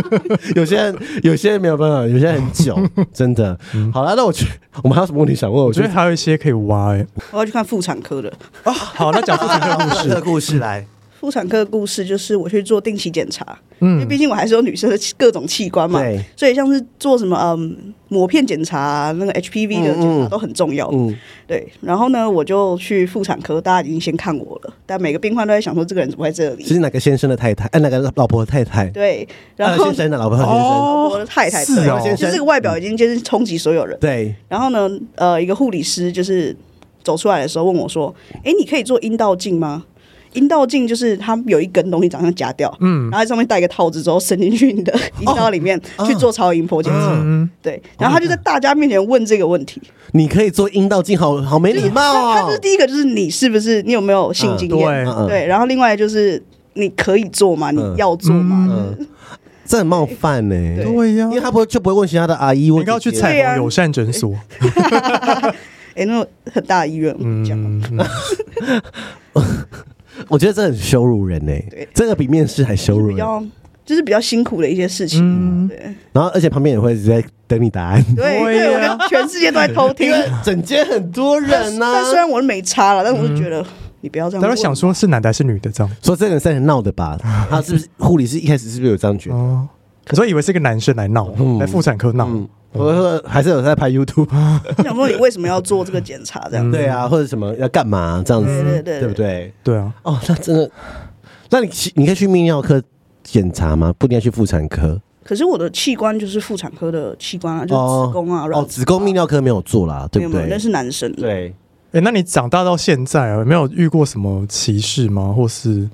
[SPEAKER 1] <laughs> 有些人有些人没有办法，有些人很 <laughs> 久，真的。好了，那我去，我们还有什么问题想问？嗯我
[SPEAKER 2] 我
[SPEAKER 1] 觉
[SPEAKER 2] 觉得
[SPEAKER 1] 得
[SPEAKER 2] 还有一些可以挖哎、
[SPEAKER 3] 我要去看妇产科的。
[SPEAKER 2] 好，那讲妇产科的故
[SPEAKER 1] <laughs> 这个
[SPEAKER 2] 事，
[SPEAKER 1] 故事来，
[SPEAKER 3] 妇产科的故事就是我去做定期检查，因为
[SPEAKER 2] 嗯
[SPEAKER 3] 毕竟我还是有女生的各种器官嘛，
[SPEAKER 1] 对，
[SPEAKER 3] 所以像是做什么嗯抹片检查啊、那个 HPV 的检
[SPEAKER 1] 嗯
[SPEAKER 3] 查
[SPEAKER 1] 嗯
[SPEAKER 3] 都很重要。
[SPEAKER 1] 嗯，
[SPEAKER 3] 对，然后呢，我就去妇产科，大家已经先看我了，但每个病患都在想说这个人怎么在这里？
[SPEAKER 1] 是哪个先生的太太？哎，哪个老婆的太太？
[SPEAKER 3] 对，然
[SPEAKER 1] 呃
[SPEAKER 3] 后
[SPEAKER 1] 先生的老婆的先生，
[SPEAKER 2] 哦
[SPEAKER 3] 我的太太
[SPEAKER 2] 是
[SPEAKER 3] 对
[SPEAKER 2] 哦
[SPEAKER 3] 就这个外表已经就是冲击所有人。
[SPEAKER 1] 对，
[SPEAKER 3] 然后呢，呃，一个护理师就是走出来的时候问我说：“哎，你可以做阴道镜吗？”阴道镜就是它有一根东西长像夹掉，嗯，然后在上面戴一个套子之后伸进去你的阴道里面、去做超音波检查，
[SPEAKER 2] 嗯，
[SPEAKER 3] 对。然后他就在大家面前问这个问题，
[SPEAKER 1] 你可以做阴道镜，好好没礼貌
[SPEAKER 3] 他就是
[SPEAKER 1] 哦。
[SPEAKER 3] 第一个就是你是不是你有没有性经验？
[SPEAKER 2] 对，
[SPEAKER 1] 嗯
[SPEAKER 3] 对，然后另外就是你可以做吗？
[SPEAKER 1] 嗯
[SPEAKER 3] 你要做吗？
[SPEAKER 1] 嗯，这很冒犯呢，因
[SPEAKER 2] 对呀、
[SPEAKER 1] 为他不会就不会问其他的阿姨，
[SPEAKER 2] 你
[SPEAKER 1] 我
[SPEAKER 2] 应该要去彩虹友善诊所，
[SPEAKER 1] 啊
[SPEAKER 3] 哎、那种很大的医院，我跟你讲，
[SPEAKER 2] 嗯，
[SPEAKER 1] 我觉得这很羞辱人呢
[SPEAKER 3] 对，
[SPEAKER 1] 这个比面试还羞辱
[SPEAKER 3] 比
[SPEAKER 1] 人。
[SPEAKER 3] 较就是比较辛苦的一些事情。
[SPEAKER 2] 嗯
[SPEAKER 3] 对
[SPEAKER 1] 然后而且旁边也会一直在等你答案，
[SPEAKER 3] 对
[SPEAKER 2] 对
[SPEAKER 3] 对，我
[SPEAKER 2] 呀
[SPEAKER 3] 跟全世界都在偷听
[SPEAKER 1] <laughs> 因。为整间很多人啊呢
[SPEAKER 3] 但。虽然我是没差了，但
[SPEAKER 1] 嗯
[SPEAKER 3] 我就觉得你不要这样
[SPEAKER 2] 大
[SPEAKER 3] 问。
[SPEAKER 2] 家想说是男的还是女的这样，
[SPEAKER 1] 说这个人在闹的
[SPEAKER 3] <laughs>
[SPEAKER 1] 吧？他是不是护理师一开始是不是有这样觉得？
[SPEAKER 2] 哦，你说以为是个男生来闹，来妇产科闹，
[SPEAKER 1] 嗯，我说还是有在拍 YouTube，
[SPEAKER 3] 我想说你为什么要做这个检查？这样
[SPEAKER 1] 对啊，或者什么要干嘛这样子，
[SPEAKER 3] 嗯对对对
[SPEAKER 1] 对不对？
[SPEAKER 2] 对啊，
[SPEAKER 1] 哦，那真的，那你去你可以去泌尿科检查吗？不一定要去妇产科
[SPEAKER 3] 可是我的器官就是妇产科的器官啊，就
[SPEAKER 1] 哦
[SPEAKER 3] 是子宫啊，
[SPEAKER 1] 哦，子宫泌
[SPEAKER 3] 尿
[SPEAKER 1] 尿科没有做啦，
[SPEAKER 3] 没
[SPEAKER 1] 对
[SPEAKER 3] 有
[SPEAKER 1] 不
[SPEAKER 3] 没有，那
[SPEAKER 1] 对？
[SPEAKER 3] 是男生。，
[SPEAKER 1] 对，
[SPEAKER 2] 哎、那你长大到现在啊，有没有遇过什么歧视吗，或是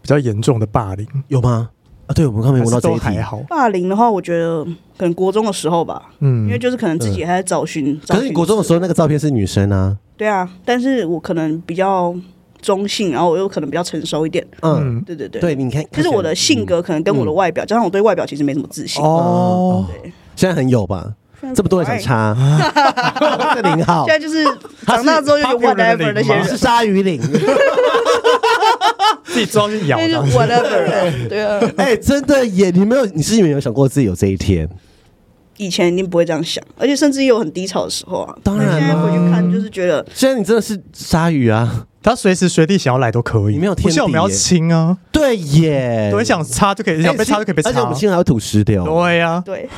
[SPEAKER 2] 比较严重的霸凌？
[SPEAKER 1] 有吗？啊，对，我们刚没
[SPEAKER 2] 还
[SPEAKER 1] 问
[SPEAKER 2] 是
[SPEAKER 1] 到这
[SPEAKER 2] 都
[SPEAKER 1] 一题
[SPEAKER 2] 还。好，
[SPEAKER 3] 霸凌的话，我觉得可能国中的时候吧，
[SPEAKER 2] 嗯，
[SPEAKER 3] 因为就是可能自己还在找寻。
[SPEAKER 1] 可是你国中的时
[SPEAKER 3] 候，
[SPEAKER 1] 候那个照片是女生啊，
[SPEAKER 3] 对啊，但是我可能比较中性，然后我又可能比较成熟一点。
[SPEAKER 1] 嗯，
[SPEAKER 3] 对对对，
[SPEAKER 1] 对，嗯你看，
[SPEAKER 3] 就是我的性格可能跟我的外表，加上我对外表其实没什么自信。
[SPEAKER 2] 哦，
[SPEAKER 3] 对，
[SPEAKER 1] 现在很有吧？这么多人想
[SPEAKER 3] 现
[SPEAKER 1] 插，
[SPEAKER 3] <laughs>
[SPEAKER 1] 哦这林好
[SPEAKER 3] 在，就是长大之后就是 whatever 那些人
[SPEAKER 1] 是。鲨鱼岭。
[SPEAKER 2] 自己抓去咬
[SPEAKER 3] 那就
[SPEAKER 2] 的，啊
[SPEAKER 3] 是
[SPEAKER 1] <laughs>
[SPEAKER 3] whatever，对啊，
[SPEAKER 2] <laughs>
[SPEAKER 1] 哎，真的耶！你没有，你是没有想过自己有这一天？
[SPEAKER 3] 以前一定不会这样想，而且甚至也有很低潮的时候啊。
[SPEAKER 1] 当然啦
[SPEAKER 3] 现在回去看就是觉得，
[SPEAKER 1] 现在你真的是鲨鱼啊？
[SPEAKER 2] 他随时随地想要来都可以，
[SPEAKER 1] 你没有天
[SPEAKER 2] 不是我
[SPEAKER 1] 敌
[SPEAKER 2] 们要
[SPEAKER 1] 耶
[SPEAKER 2] 亲啊，
[SPEAKER 1] 对耶，
[SPEAKER 2] 对，想插就可以，
[SPEAKER 1] 哎
[SPEAKER 2] 想被插就可以被插
[SPEAKER 1] 而且我，们现在还会吐石
[SPEAKER 2] <laughs>
[SPEAKER 1] 榴，
[SPEAKER 2] 对呀，
[SPEAKER 3] 对，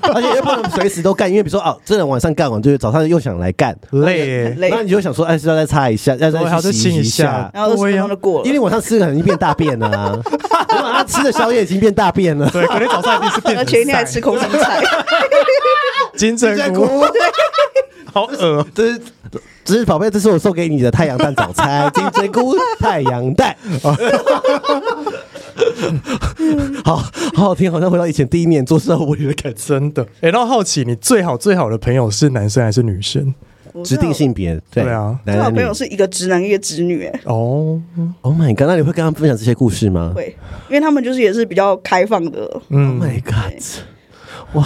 [SPEAKER 1] 而且又不能随时都干，因为比如说哦，这人晚上干完，就是早上又想来干，
[SPEAKER 2] 累
[SPEAKER 3] 很
[SPEAKER 2] 耶，
[SPEAKER 3] 累，
[SPEAKER 1] 那你就想说，哎，是要再擦一下，要
[SPEAKER 2] 对，还
[SPEAKER 1] 再
[SPEAKER 2] 要再
[SPEAKER 1] 去
[SPEAKER 2] 亲
[SPEAKER 1] 洗
[SPEAKER 2] 一
[SPEAKER 1] 一
[SPEAKER 2] 下
[SPEAKER 1] 下，，
[SPEAKER 3] 然后二
[SPEAKER 2] 对
[SPEAKER 3] 十分
[SPEAKER 2] 呀
[SPEAKER 3] 钟就过
[SPEAKER 1] 因为
[SPEAKER 3] 了，
[SPEAKER 1] 你晚上吃的可能已经变大便了
[SPEAKER 2] <laughs>
[SPEAKER 1] 啊，你晚上吃的宵夜已经变大便了。
[SPEAKER 2] 对，隔天早上一定是变
[SPEAKER 3] <laughs> 而
[SPEAKER 2] 成
[SPEAKER 3] 前一天还吃
[SPEAKER 2] 晒
[SPEAKER 3] 空心菜， <laughs>
[SPEAKER 2] 金针菇，好恶，哦
[SPEAKER 1] 这是，这是宝贝，这是我送给你的太阳蛋早餐，金针菇太阳蛋。 <laughs> 好好好听，好像回到以前第一年做社会的感觉。
[SPEAKER 2] 真的。哎，那我好奇，你最好最好的朋友是男生还是女生？
[SPEAKER 3] 我
[SPEAKER 1] 指定。性别，
[SPEAKER 2] 对啊
[SPEAKER 1] 男
[SPEAKER 3] 最
[SPEAKER 1] 男
[SPEAKER 3] 好啊朋
[SPEAKER 1] 女。
[SPEAKER 3] 友是一个直男一个直女，哎，
[SPEAKER 2] 哦，
[SPEAKER 1] Oh my god！那你会跟他们分享这些故事吗
[SPEAKER 3] 会，因为他们就是也是比较开放的，
[SPEAKER 1] ？Oh
[SPEAKER 2] 嗯
[SPEAKER 1] my god！哇，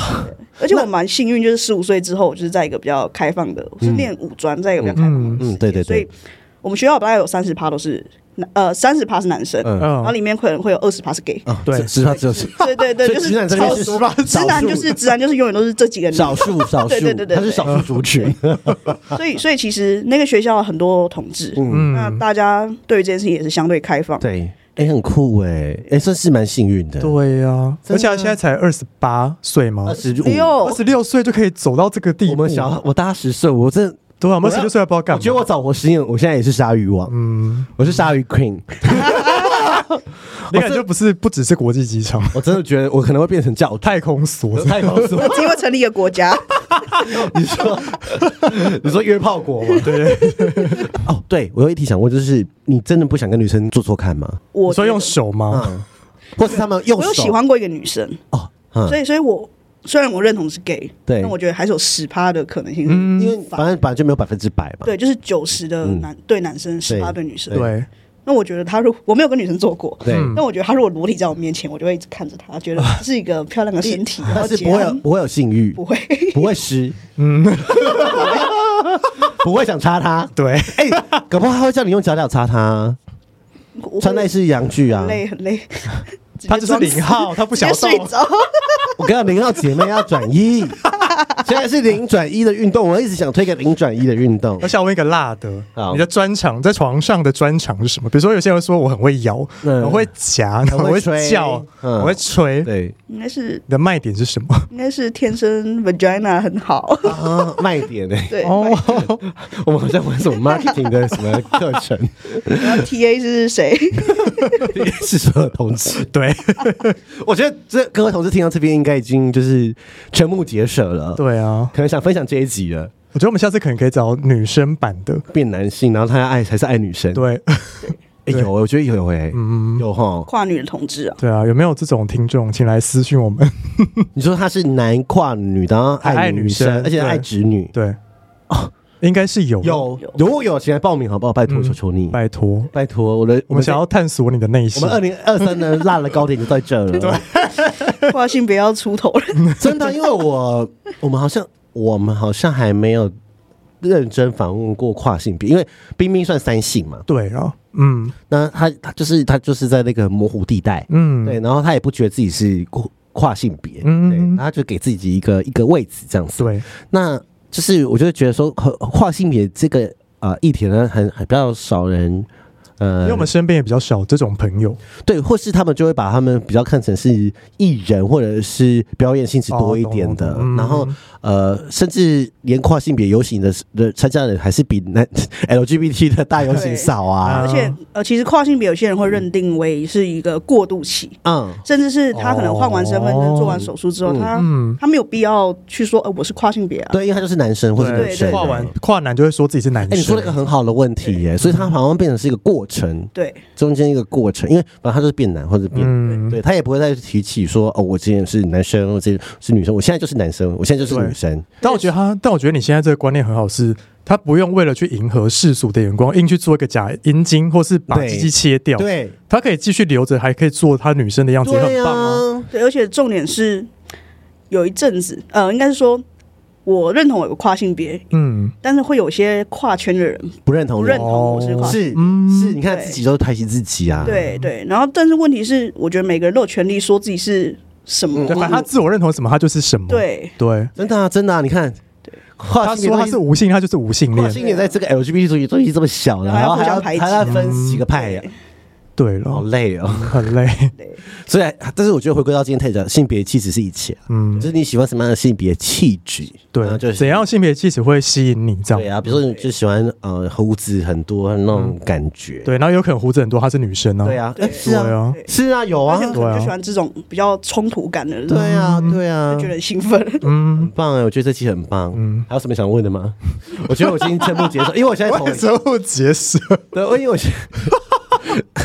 [SPEAKER 3] 而且我蛮幸运，就是十五岁之后，我就是在一个比较开放的，我是念五专，在一个比较开放的世界
[SPEAKER 1] 嗯嗯嗯对对对
[SPEAKER 3] 所以我们学校大概有三十趴都是男，呃，三十趴是男生，
[SPEAKER 1] 嗯
[SPEAKER 3] 然后
[SPEAKER 2] 嗯，
[SPEAKER 3] 里面可能会有二十趴是 gay，
[SPEAKER 1] 啊，
[SPEAKER 2] 对
[SPEAKER 1] 对，直男就是
[SPEAKER 3] 对对对，
[SPEAKER 1] <laughs> 所以
[SPEAKER 3] 就是
[SPEAKER 1] 直男这边
[SPEAKER 3] 超
[SPEAKER 1] 是
[SPEAKER 3] 多
[SPEAKER 1] <laughs>
[SPEAKER 3] 直男就是直男就是永远都是这几个
[SPEAKER 1] 少
[SPEAKER 3] 人，
[SPEAKER 1] 数，少数
[SPEAKER 3] 对对对，对
[SPEAKER 1] 他是少数族群。
[SPEAKER 3] 所以所以其实那个学校很多同志，
[SPEAKER 1] 嗯
[SPEAKER 3] 那大家对于这件事情也是相对开放，
[SPEAKER 1] 对，哎，很酷哎，哎，算是蛮幸运的。
[SPEAKER 2] 对呀，
[SPEAKER 1] 真的
[SPEAKER 2] 而且他现在才二十八岁吗
[SPEAKER 1] 二？十五，
[SPEAKER 3] 没有
[SPEAKER 2] 二十六岁就可以走到这个地步，
[SPEAKER 1] 我们小，我大十岁，我真的
[SPEAKER 2] 对啊，我们
[SPEAKER 1] 我
[SPEAKER 2] 二
[SPEAKER 1] 要
[SPEAKER 2] 十六岁还不知道干
[SPEAKER 1] 我
[SPEAKER 2] 嘛，
[SPEAKER 1] 觉得我早活十年，我现在也是鲨鱼王，
[SPEAKER 2] 嗯，
[SPEAKER 1] 我是鲨鱼 queen。
[SPEAKER 2] 你感觉不是不只是国际机场， <laughs>
[SPEAKER 1] 我真的觉得我可能会变成教太
[SPEAKER 2] 太空所
[SPEAKER 1] 太空所。
[SPEAKER 3] 因为成立一个
[SPEAKER 1] <laughs>
[SPEAKER 3] 国家，
[SPEAKER 1] 你说 <laughs> 你说约炮国吗？
[SPEAKER 2] <laughs> 对，
[SPEAKER 1] 哦，对，我有一题想问，就是你真的不想跟女生做做看吗？
[SPEAKER 3] 我
[SPEAKER 2] 你说
[SPEAKER 3] 觉得
[SPEAKER 2] 用手吗？
[SPEAKER 1] 嗯，或是他们用
[SPEAKER 3] 我有
[SPEAKER 1] 手
[SPEAKER 3] 喜欢过一个女生，
[SPEAKER 1] 哦，嗯
[SPEAKER 3] 所以所以我虽然我认同是 gay，
[SPEAKER 1] 对嗯
[SPEAKER 3] 但我觉得还是有十趴的可能性，
[SPEAKER 1] 因为反正本来就没有百分之百嘛。
[SPEAKER 3] 对，就是九十的
[SPEAKER 1] 嗯
[SPEAKER 3] 男、对男生，十八对女生。
[SPEAKER 2] 对，
[SPEAKER 3] 那我觉得他如我没有跟女生做过，
[SPEAKER 1] 对，
[SPEAKER 2] 嗯
[SPEAKER 3] 但我觉得他如果裸体在我面前，我就会一直看着他，觉得是一个漂亮的
[SPEAKER 1] <laughs>
[SPEAKER 3] 身体，然后
[SPEAKER 1] 但是
[SPEAKER 3] 结
[SPEAKER 1] 不会有
[SPEAKER 3] 婚
[SPEAKER 1] 不会有性欲，
[SPEAKER 3] 不会。 <laughs>
[SPEAKER 1] 不会湿， <laughs>
[SPEAKER 2] 嗯，
[SPEAKER 1] 不会想插他。
[SPEAKER 2] 对，
[SPEAKER 1] 哎，搞不好他会叫你用脚脚插他，
[SPEAKER 3] 我会
[SPEAKER 1] 穿戴式阳具啊
[SPEAKER 3] 很，累很累，直
[SPEAKER 2] <laughs>
[SPEAKER 3] 接
[SPEAKER 2] 他就是
[SPEAKER 3] 装死
[SPEAKER 2] 零号，他不想
[SPEAKER 3] 直接睡
[SPEAKER 2] 动。
[SPEAKER 3] 着。
[SPEAKER 1] 我跟你讲零号姐妹要转 <laughs> 一，现在是零转一的运动，我一直想推个零转一的运动
[SPEAKER 2] 我。想问一个辣的
[SPEAKER 1] 好，
[SPEAKER 2] 你的专长在床上的专长是什么？比如说有些人说我很会摇，
[SPEAKER 1] 嗯
[SPEAKER 2] 我会夹，
[SPEAKER 1] 很
[SPEAKER 2] 我
[SPEAKER 1] 会
[SPEAKER 2] 会
[SPEAKER 1] 吹
[SPEAKER 2] 叫，
[SPEAKER 1] 嗯
[SPEAKER 2] 我会吹。
[SPEAKER 1] 对
[SPEAKER 3] <laughs> 应该是
[SPEAKER 2] 你的卖点是什
[SPEAKER 1] <laughs>
[SPEAKER 2] 么？
[SPEAKER 3] 应该是天生 vagina 很好，
[SPEAKER 1] 啊，卖点呢、
[SPEAKER 3] <laughs> 对。
[SPEAKER 2] 哦，
[SPEAKER 1] <laughs> 我们好像玩什么 marketing 的什么课程，
[SPEAKER 3] 然后 TA 是谁？
[SPEAKER 1] <laughs>
[SPEAKER 3] <laughs>
[SPEAKER 1] 是所有同志。
[SPEAKER 2] <laughs> 对
[SPEAKER 1] 我觉得这各位同志听到这边，应该已经就是瞠目结舌了，
[SPEAKER 2] 对啊，
[SPEAKER 1] 可能想分享这一集了，
[SPEAKER 2] 我觉得我们下次可能可以找女生版的。
[SPEAKER 1] 变男性，然后他要爱还是爱女生。
[SPEAKER 2] 对
[SPEAKER 1] 哎、有，我觉得有哎、
[SPEAKER 2] 嗯
[SPEAKER 1] 有哈。
[SPEAKER 3] 跨女的同志
[SPEAKER 2] <laughs>
[SPEAKER 3] 啊，
[SPEAKER 2] 对啊，有没有这种听众，请来私讯我们。 <laughs>
[SPEAKER 1] 你说他是男跨女，然后爱
[SPEAKER 2] 还爱
[SPEAKER 1] 女
[SPEAKER 2] 女
[SPEAKER 1] 生，
[SPEAKER 2] 生
[SPEAKER 1] 而且
[SPEAKER 2] 对
[SPEAKER 1] 爱直女。
[SPEAKER 2] 对，应该是有，
[SPEAKER 1] 哦有
[SPEAKER 3] 有，
[SPEAKER 1] 如果有，请来报名好不好？拜托，求求你，
[SPEAKER 2] 拜托，
[SPEAKER 1] 拜托，我的
[SPEAKER 2] 我们想要探索你的内
[SPEAKER 1] 我
[SPEAKER 2] 心
[SPEAKER 1] 们。二零二三呢，落了高点就在这了。对，
[SPEAKER 3] 跨性别要出头
[SPEAKER 2] 啊
[SPEAKER 3] 了。
[SPEAKER 1] 真的，因为我我们好像我们好像还没有认真访问过跨性别，因为冰冰算三性嘛，
[SPEAKER 2] 对啊，嗯
[SPEAKER 1] 那他他就是他就是在那个模糊地带，
[SPEAKER 2] 嗯，
[SPEAKER 1] 对，然后他也不觉得自己是跨跨性别，
[SPEAKER 2] 嗯
[SPEAKER 1] 对，然后他就给自己一个一个位置这样子。
[SPEAKER 2] 对，
[SPEAKER 1] 那就是我就觉得说跨跨性别这个啊议题呢，很很比较少人。
[SPEAKER 2] 因
[SPEAKER 1] 呃
[SPEAKER 2] 为我，们身边也比较少这种朋友，
[SPEAKER 1] 对，或是他们就会把他们比较看成是艺人或者是表演性质多一点的，
[SPEAKER 2] 哦懂懂懂嗯
[SPEAKER 1] 然后呃，甚至连跨性别游行的的参加人还是比男 <laughs> LGBT 的大游行少啊，
[SPEAKER 3] 而且呃，其实跨性别有些人会认定为是一个过渡期，
[SPEAKER 1] 嗯，
[SPEAKER 3] 甚至是他可能换完身份证、
[SPEAKER 2] 哦
[SPEAKER 3] 做完手术之后，
[SPEAKER 1] 嗯
[SPEAKER 3] 他
[SPEAKER 2] 嗯，
[SPEAKER 3] 他没有必要去说呃我是跨性别啊。
[SPEAKER 1] 对，因为他就是男呃生或者
[SPEAKER 2] 对
[SPEAKER 1] 女生，
[SPEAKER 2] 跨完跨男就会说自己是男
[SPEAKER 1] 哎、你说了一个
[SPEAKER 2] 生，
[SPEAKER 1] 很好的问题耶，所以它好像变成是一个过程，
[SPEAKER 3] 对，
[SPEAKER 1] 中间一个过程，因为反正它就是变男或者变，
[SPEAKER 2] 嗯，
[SPEAKER 1] 对他也不会再提起说哦，我之前是男生，我之前是女生，我现在就是男生，我现在就是女生，
[SPEAKER 2] 但我觉得他，但我觉得你现在这个观念很好，是他不用为了去迎合世俗的眼光，硬去做一个假阴茎，或是把
[SPEAKER 1] 对
[SPEAKER 2] 鸡鸡切掉，
[SPEAKER 1] 对
[SPEAKER 2] 他可以继续留着，还可以做他女生的样子，也很棒啊。
[SPEAKER 1] 啊，
[SPEAKER 3] 对，而且重点是有一阵子，呃，应该是说我认同我有个跨性别，
[SPEAKER 2] 嗯，
[SPEAKER 3] 但是会有些跨圈的人
[SPEAKER 1] 不认同
[SPEAKER 3] 不
[SPEAKER 1] 你
[SPEAKER 3] 认同我是跨。
[SPEAKER 1] 是、
[SPEAKER 2] 嗯
[SPEAKER 1] 是，你看
[SPEAKER 3] 对
[SPEAKER 1] 自己都排挤自己啊，
[SPEAKER 3] 对对，然后但是问题是，我觉得每个人都有权利说自己是什么
[SPEAKER 1] 嗯
[SPEAKER 2] 对，。反正他自我认同什么，他就是什么，
[SPEAKER 3] 对，
[SPEAKER 2] 对。
[SPEAKER 1] 真的啊，真的啊，你看，跨
[SPEAKER 2] 他
[SPEAKER 1] 性别
[SPEAKER 2] 说他
[SPEAKER 1] 东西
[SPEAKER 2] 是无性，他就是无性
[SPEAKER 1] 跨
[SPEAKER 2] 恋。
[SPEAKER 1] 性别在这个 LGBT 主义东西这么小了，
[SPEAKER 3] 还
[SPEAKER 1] 然
[SPEAKER 3] 要
[SPEAKER 1] 后
[SPEAKER 3] 互
[SPEAKER 1] 还要
[SPEAKER 3] 相排挤嗯
[SPEAKER 1] 还要分几个派呀、
[SPEAKER 2] 对
[SPEAKER 1] 好
[SPEAKER 2] 了，
[SPEAKER 1] 累哦。<laughs>
[SPEAKER 2] 很累。
[SPEAKER 1] 所以，但是我觉得回归到今天太讲，性别气质是一切、啊
[SPEAKER 2] 嗯
[SPEAKER 1] 就，是你喜欢什么样的性别气质，然后
[SPEAKER 2] 对，
[SPEAKER 1] 就是
[SPEAKER 2] 怎样性别气质会吸引你这
[SPEAKER 1] 对
[SPEAKER 2] 样？
[SPEAKER 1] 啊，比如说你就喜欢呃胡子很多那种感觉，
[SPEAKER 2] 对，然后有可能胡子很多，她是女生呢。
[SPEAKER 1] 对，啊，
[SPEAKER 3] 对
[SPEAKER 1] 哎是
[SPEAKER 2] 对
[SPEAKER 1] 啊
[SPEAKER 2] 啊，
[SPEAKER 1] 是啊，有
[SPEAKER 3] 而
[SPEAKER 1] 啊
[SPEAKER 3] 且，我可
[SPEAKER 2] 对
[SPEAKER 3] 能
[SPEAKER 2] 啊
[SPEAKER 3] 就喜欢这种比较冲突感的人，
[SPEAKER 1] 对啊，对啊
[SPEAKER 3] 就，觉得很兴奋。
[SPEAKER 1] 很棒哎，我觉得这期很棒。嗯，还有什么想问的吗？ <laughs> 我觉得我已经瞠目结舌， <laughs> 因为我
[SPEAKER 2] <laughs>
[SPEAKER 1] 现在头
[SPEAKER 2] 为什么结舌？
[SPEAKER 1] 对，因为我现
[SPEAKER 2] <laughs>
[SPEAKER 1] 在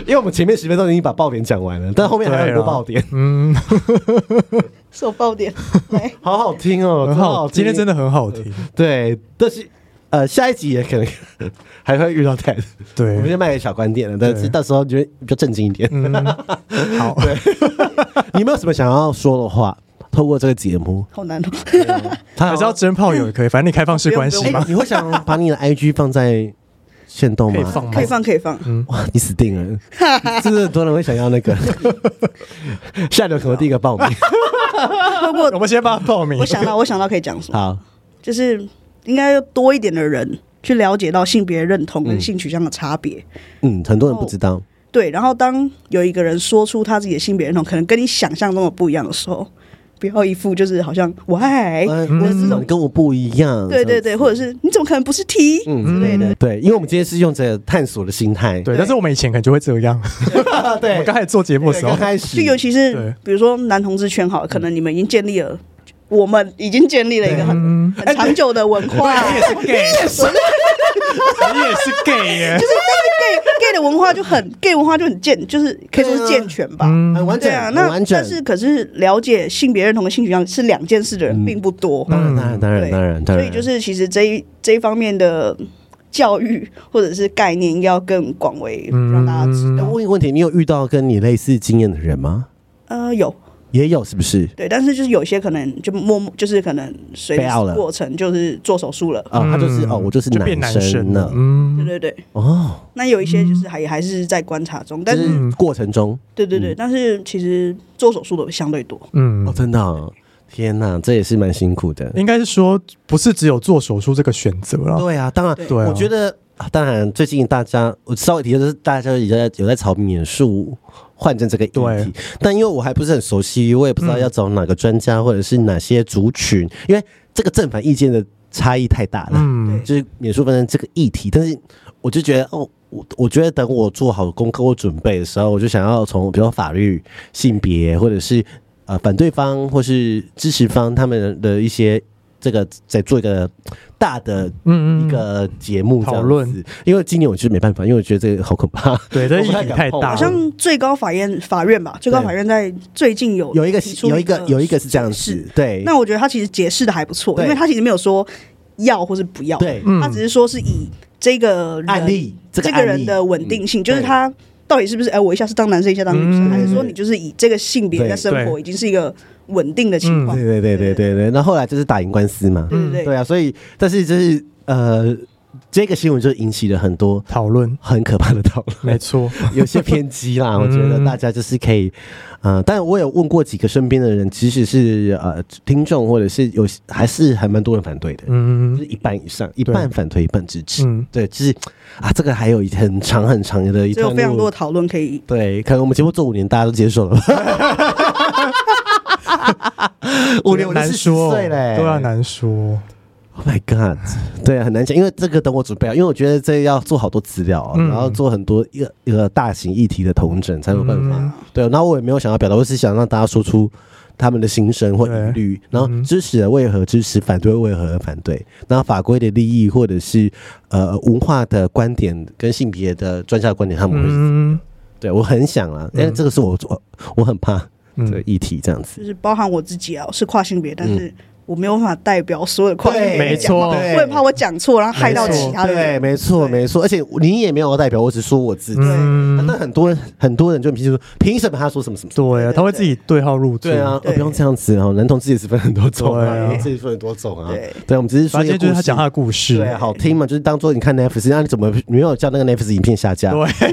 [SPEAKER 1] 因为我们前面十分钟已经把爆点讲完了，但后面还有很多
[SPEAKER 2] 对啊
[SPEAKER 1] 爆点，
[SPEAKER 2] 嗯，
[SPEAKER 3] 受
[SPEAKER 1] <laughs>
[SPEAKER 3] 爆点，来，
[SPEAKER 1] 好好听哦，
[SPEAKER 2] 很
[SPEAKER 1] 超
[SPEAKER 2] 好，
[SPEAKER 1] 听
[SPEAKER 2] 今天真的很好听。
[SPEAKER 1] 对，但是呃，下一集也可能 <laughs> 还会遇到 Ted，我们
[SPEAKER 2] 对
[SPEAKER 1] 就，卖给小观点了，但是
[SPEAKER 2] 对
[SPEAKER 1] 到时候你觉得比较正经一点。
[SPEAKER 2] 嗯， <laughs> 好，
[SPEAKER 1] 你有没有什么想要说的话？透过这个节目，
[SPEAKER 3] 好难哦。
[SPEAKER 1] 他
[SPEAKER 2] 还是要真炮友也可以，反正你开放式关系
[SPEAKER 1] 哎、
[SPEAKER 2] 嘛。
[SPEAKER 1] 你会想把你的 IG 放在线动
[SPEAKER 2] 可以
[SPEAKER 1] 吗？
[SPEAKER 2] 放吗
[SPEAKER 3] 可以放，可以放。
[SPEAKER 1] 哇，你死定
[SPEAKER 3] <laughs>
[SPEAKER 1] 了！真的很多人会想要那个。下流可能第一个报名。
[SPEAKER 3] 透过
[SPEAKER 2] <laughs> 我们先帮他报名
[SPEAKER 1] <laughs>
[SPEAKER 3] 我。想到，我想到可以讲什么，
[SPEAKER 1] 好，
[SPEAKER 3] 就是应该要多一点的人去了解到性别认同跟性取向的差别。
[SPEAKER 1] 嗯，很多人不知
[SPEAKER 3] 哦
[SPEAKER 1] 道，
[SPEAKER 3] 对，然后当有一个人说出他自己的性别认同，可能跟你想象中的不一样的时候，不要一副就是好像 why，、
[SPEAKER 1] 呃我知道你跟我不一样。
[SPEAKER 3] 对对对，或者是你怎么可能不是 T？、
[SPEAKER 1] 嗯，对对对，因为我们今天是用这个探索的心态。
[SPEAKER 2] <laughs> 对，但是我们以前可能就会这样。
[SPEAKER 1] <laughs>
[SPEAKER 2] 我
[SPEAKER 1] 对
[SPEAKER 2] 们刚才做节目的
[SPEAKER 1] 对，
[SPEAKER 2] 时候啊
[SPEAKER 1] 刚，开
[SPEAKER 3] 就
[SPEAKER 1] 始
[SPEAKER 3] 尤其是
[SPEAKER 2] 对
[SPEAKER 3] 比如说男同志圈好了，可能你们已经建立了，我们已经建立了一个很很长久的文化，
[SPEAKER 2] 是 gay，你也是 gay 耶
[SPEAKER 3] 就。是但是 gay gay 的文化就很 gay 文化就很健，就是可以说是健全吧。
[SPEAKER 1] 很嗯完
[SPEAKER 3] 对
[SPEAKER 1] 整，
[SPEAKER 3] 啊，
[SPEAKER 1] 很
[SPEAKER 3] 那
[SPEAKER 1] 完整。
[SPEAKER 3] 但是可是了解性别认同跟性取向是两件事的人并不多，
[SPEAKER 1] 当然，当然，当然，
[SPEAKER 3] 对
[SPEAKER 1] 当然，嗯当
[SPEAKER 3] 所
[SPEAKER 1] 然，
[SPEAKER 3] 以就是其实这一这一方面的教育或者是概念应该要更广为让大家知
[SPEAKER 1] 那
[SPEAKER 3] 道。
[SPEAKER 1] 问一个问题，你有遇到跟你类似经验的人吗？
[SPEAKER 3] 呃，有
[SPEAKER 1] 也有是不是？
[SPEAKER 3] 对，但是就是有些可能就默默，就是可能随
[SPEAKER 1] 被out 了
[SPEAKER 3] 着过程就是做手术了，
[SPEAKER 1] <laughs> 啊，他就是
[SPEAKER 2] 嗯
[SPEAKER 1] 哦，我就是
[SPEAKER 2] 就变男
[SPEAKER 1] 生
[SPEAKER 2] 生
[SPEAKER 1] 了
[SPEAKER 2] 嗯
[SPEAKER 3] 对，对对。
[SPEAKER 1] 哦，
[SPEAKER 3] 那有一些就是还还是在观察中，
[SPEAKER 1] 就
[SPEAKER 3] 但是
[SPEAKER 1] 是嗯过程中
[SPEAKER 3] 对对对，但是其实做手术的相对多，
[SPEAKER 1] 哦，
[SPEAKER 2] 嗯，
[SPEAKER 1] 真的哦，天哪，这也是蛮辛苦的。
[SPEAKER 2] 应该是说不是只有做手术这个选择了，
[SPEAKER 1] 对啊，当然，
[SPEAKER 2] 对啊
[SPEAKER 1] 我觉得啊当然最近大家我稍微提的就是大家也在有在炒免术换证这个议题
[SPEAKER 2] 对，
[SPEAKER 1] 但因为我还不是很熟悉，我也不知道要找哪个专家或者是哪些族群，因为这个正反意见的差异太大了。
[SPEAKER 2] 嗯，
[SPEAKER 1] 就是免术分成这个议题，但是我就觉得哦，我我觉得等我做好功课或准备的时候，我就想要从比如说法律、性别，或者是呃反对方或是支持方他们的一些这个，再做一个大的
[SPEAKER 2] 嗯
[SPEAKER 1] 一个节目这样子
[SPEAKER 2] 讨论。
[SPEAKER 1] 因为今年我就是没办法，因为我觉得这个好可怕。
[SPEAKER 2] 对，这
[SPEAKER 1] 我
[SPEAKER 2] 议
[SPEAKER 1] 不太
[SPEAKER 2] 题
[SPEAKER 1] 敢
[SPEAKER 2] 太
[SPEAKER 1] 碰啊
[SPEAKER 2] 大
[SPEAKER 3] 好
[SPEAKER 2] 了，
[SPEAKER 3] 像最高法院法院吧，最高法院在最近有
[SPEAKER 1] 有一个
[SPEAKER 3] 提出
[SPEAKER 1] 有一个有一个是这样
[SPEAKER 3] 解
[SPEAKER 1] 子
[SPEAKER 3] 释，
[SPEAKER 1] 对，
[SPEAKER 3] 那我觉得他其实解释的还不错，
[SPEAKER 1] 对
[SPEAKER 3] 因为他其实没有说要或是不要，
[SPEAKER 1] 对
[SPEAKER 2] 嗯
[SPEAKER 3] 他只是说是以这个人
[SPEAKER 1] 案例这个
[SPEAKER 3] 这
[SPEAKER 1] 案
[SPEAKER 3] 个
[SPEAKER 1] 例
[SPEAKER 3] 人的稳定性，
[SPEAKER 1] 嗯
[SPEAKER 3] 就是他到底是不是哎，我一下是当男生，一下当女生，
[SPEAKER 2] 嗯
[SPEAKER 3] 还是说你就是以这个性别在生活
[SPEAKER 2] 对
[SPEAKER 3] 已经是一个稳定的情况
[SPEAKER 1] 嗯对？对对对对对。那后来就是打赢官司嘛，
[SPEAKER 3] 对嗯对
[SPEAKER 1] 对
[SPEAKER 3] 对，
[SPEAKER 1] 啊，所以但是就是呃，这个新闻就引起了很多。<laughs>
[SPEAKER 2] 讨论，
[SPEAKER 1] 很可怕的讨
[SPEAKER 2] <laughs>
[SPEAKER 1] 论，
[SPEAKER 2] 没
[SPEAKER 1] <laughs>
[SPEAKER 2] 错，
[SPEAKER 1] 有些偏激啦，
[SPEAKER 2] 嗯
[SPEAKER 1] 我觉得大家就是可以，呃，但我有问过几个身边的人，即使是呃听众或者是有，还是还蛮多人反对的，就
[SPEAKER 2] 嗯
[SPEAKER 1] 是一半以上，一半反对，一半支持。
[SPEAKER 2] 嗯，
[SPEAKER 1] 对，就是啊，这个还有一很长很长的一
[SPEAKER 3] 所以
[SPEAKER 1] 段
[SPEAKER 3] 有
[SPEAKER 1] 路，
[SPEAKER 3] 非常多的讨论可以。
[SPEAKER 1] 对，可能我们节目做五年，大家都接受了吧。 <laughs> 五年我就
[SPEAKER 2] 难
[SPEAKER 1] 40
[SPEAKER 2] 说，
[SPEAKER 1] 岁嘞，
[SPEAKER 2] 对啊，难说，
[SPEAKER 1] Oh my god！对，很难讲，因为这个等我准备啊，因为我觉得这要做好多资料啊，
[SPEAKER 2] 嗯
[SPEAKER 1] 然后做很多一个一个大型议题的统整才有办法。
[SPEAKER 2] 嗯
[SPEAKER 1] 对，那我也没有想要表达，我只是想让大家说出他们的心声或疑虑，然
[SPEAKER 2] 嗯
[SPEAKER 1] 后支持的为何支持，反对为何反对，然后法规的利益或者是呃文化的观点跟性别的专家的观点，他们会、
[SPEAKER 2] 嗯
[SPEAKER 1] 对我很想啊，因为这个是我我我很怕这个
[SPEAKER 2] 嗯，
[SPEAKER 1] 议题这样子。
[SPEAKER 3] 就是包含我自己啊，我是跨性别，但是我没有办法代表所有的跨性别
[SPEAKER 2] 对
[SPEAKER 3] 人讲话，
[SPEAKER 2] 没错
[SPEAKER 1] 对
[SPEAKER 3] 我很怕我讲错，然后害到其他的
[SPEAKER 1] 对，
[SPEAKER 3] 人。
[SPEAKER 1] 没错，
[SPEAKER 3] 对
[SPEAKER 1] 没错，而且你也没有代表，我只说我自己。
[SPEAKER 2] 嗯
[SPEAKER 1] 那很多人很多人就很平时说，凭什么他说什么什么？
[SPEAKER 2] 对啊，他会自己对号入座，
[SPEAKER 1] 对啊，
[SPEAKER 3] 对
[SPEAKER 1] 哦不用这样子哦，男同志也是分很多种
[SPEAKER 2] 对啊
[SPEAKER 1] 啊，自己分很多种啊
[SPEAKER 3] 对。
[SPEAKER 1] 对，我们只是说
[SPEAKER 2] 反
[SPEAKER 1] 一个
[SPEAKER 2] 正就是
[SPEAKER 1] 故
[SPEAKER 2] 他
[SPEAKER 1] 事
[SPEAKER 2] 讲他的故事，
[SPEAKER 1] 对，啊好听嘛，就是当做你看 Netflix，那你怎么没有叫那个 Netflix 影片下架？
[SPEAKER 2] 对，
[SPEAKER 1] <laughs>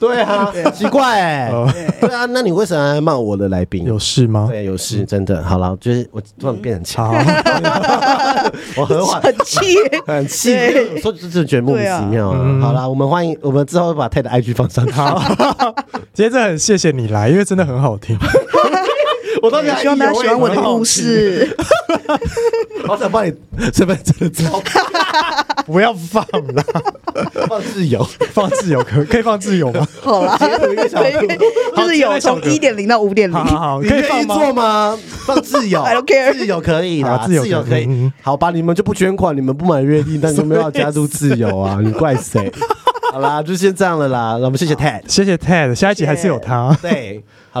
[SPEAKER 1] 对啊，奇怪哎
[SPEAKER 2] 哦，
[SPEAKER 1] 对啊，那你为什么还骂我的来宾？
[SPEAKER 2] 有事吗？
[SPEAKER 1] 对，有事真的好了，就是我突然变很强， <laughs>
[SPEAKER 2] 好，
[SPEAKER 1] 我很缓
[SPEAKER 3] 很 <laughs> 气，
[SPEAKER 1] 很气，
[SPEAKER 3] 嗯对
[SPEAKER 1] 因为有时候就是觉得莫名
[SPEAKER 3] 对啊
[SPEAKER 1] 其妙啊。
[SPEAKER 2] 嗯
[SPEAKER 1] 好啦，我们欢迎，我们之后会把 TED 的 IG 放上去。 <laughs>
[SPEAKER 2] 今天真的很谢谢你来，因为真的很好听，
[SPEAKER 1] 我到底还
[SPEAKER 3] 希望大家喜欢我的
[SPEAKER 1] 以为
[SPEAKER 3] 故事。
[SPEAKER 1] 我，好想帮你身份证的照片
[SPEAKER 2] 不要放
[SPEAKER 1] <laughs>
[SPEAKER 2] 啦，
[SPEAKER 1] 放自由。
[SPEAKER 2] 放自由可可以放自由吗？
[SPEAKER 3] 好啦，
[SPEAKER 1] 一个
[SPEAKER 3] <laughs>
[SPEAKER 1] 小格
[SPEAKER 3] 就是有从一点零到五点零
[SPEAKER 2] 好，好好，
[SPEAKER 1] 你
[SPEAKER 2] 哦可以
[SPEAKER 1] 愿意
[SPEAKER 2] 放吗？
[SPEAKER 1] 做
[SPEAKER 2] <laughs>
[SPEAKER 1] 吗？放自由
[SPEAKER 3] I don't care
[SPEAKER 1] 自由可以啦，
[SPEAKER 2] 好自由可以
[SPEAKER 1] 可
[SPEAKER 2] 嗯
[SPEAKER 1] 以
[SPEAKER 2] 嗯。
[SPEAKER 1] 好吧，你们就不捐款，你们不买约定，但你们要加入自由
[SPEAKER 2] <laughs>
[SPEAKER 1] 啊，你怪谁？好啦，就先这样了啦。那我们谢谢 TED。
[SPEAKER 2] 谢谢 Ted，下一集还是有他，
[SPEAKER 1] 对，好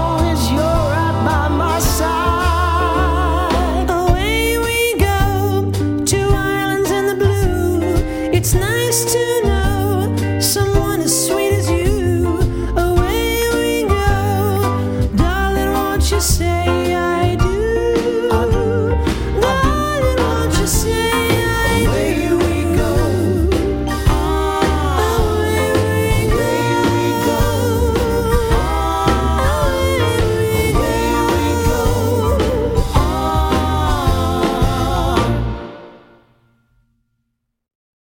[SPEAKER 4] as you're right by my side. Away we go to islands in the blue. It's nice to know someone as sweet as you. Away we go, darling, won't you say?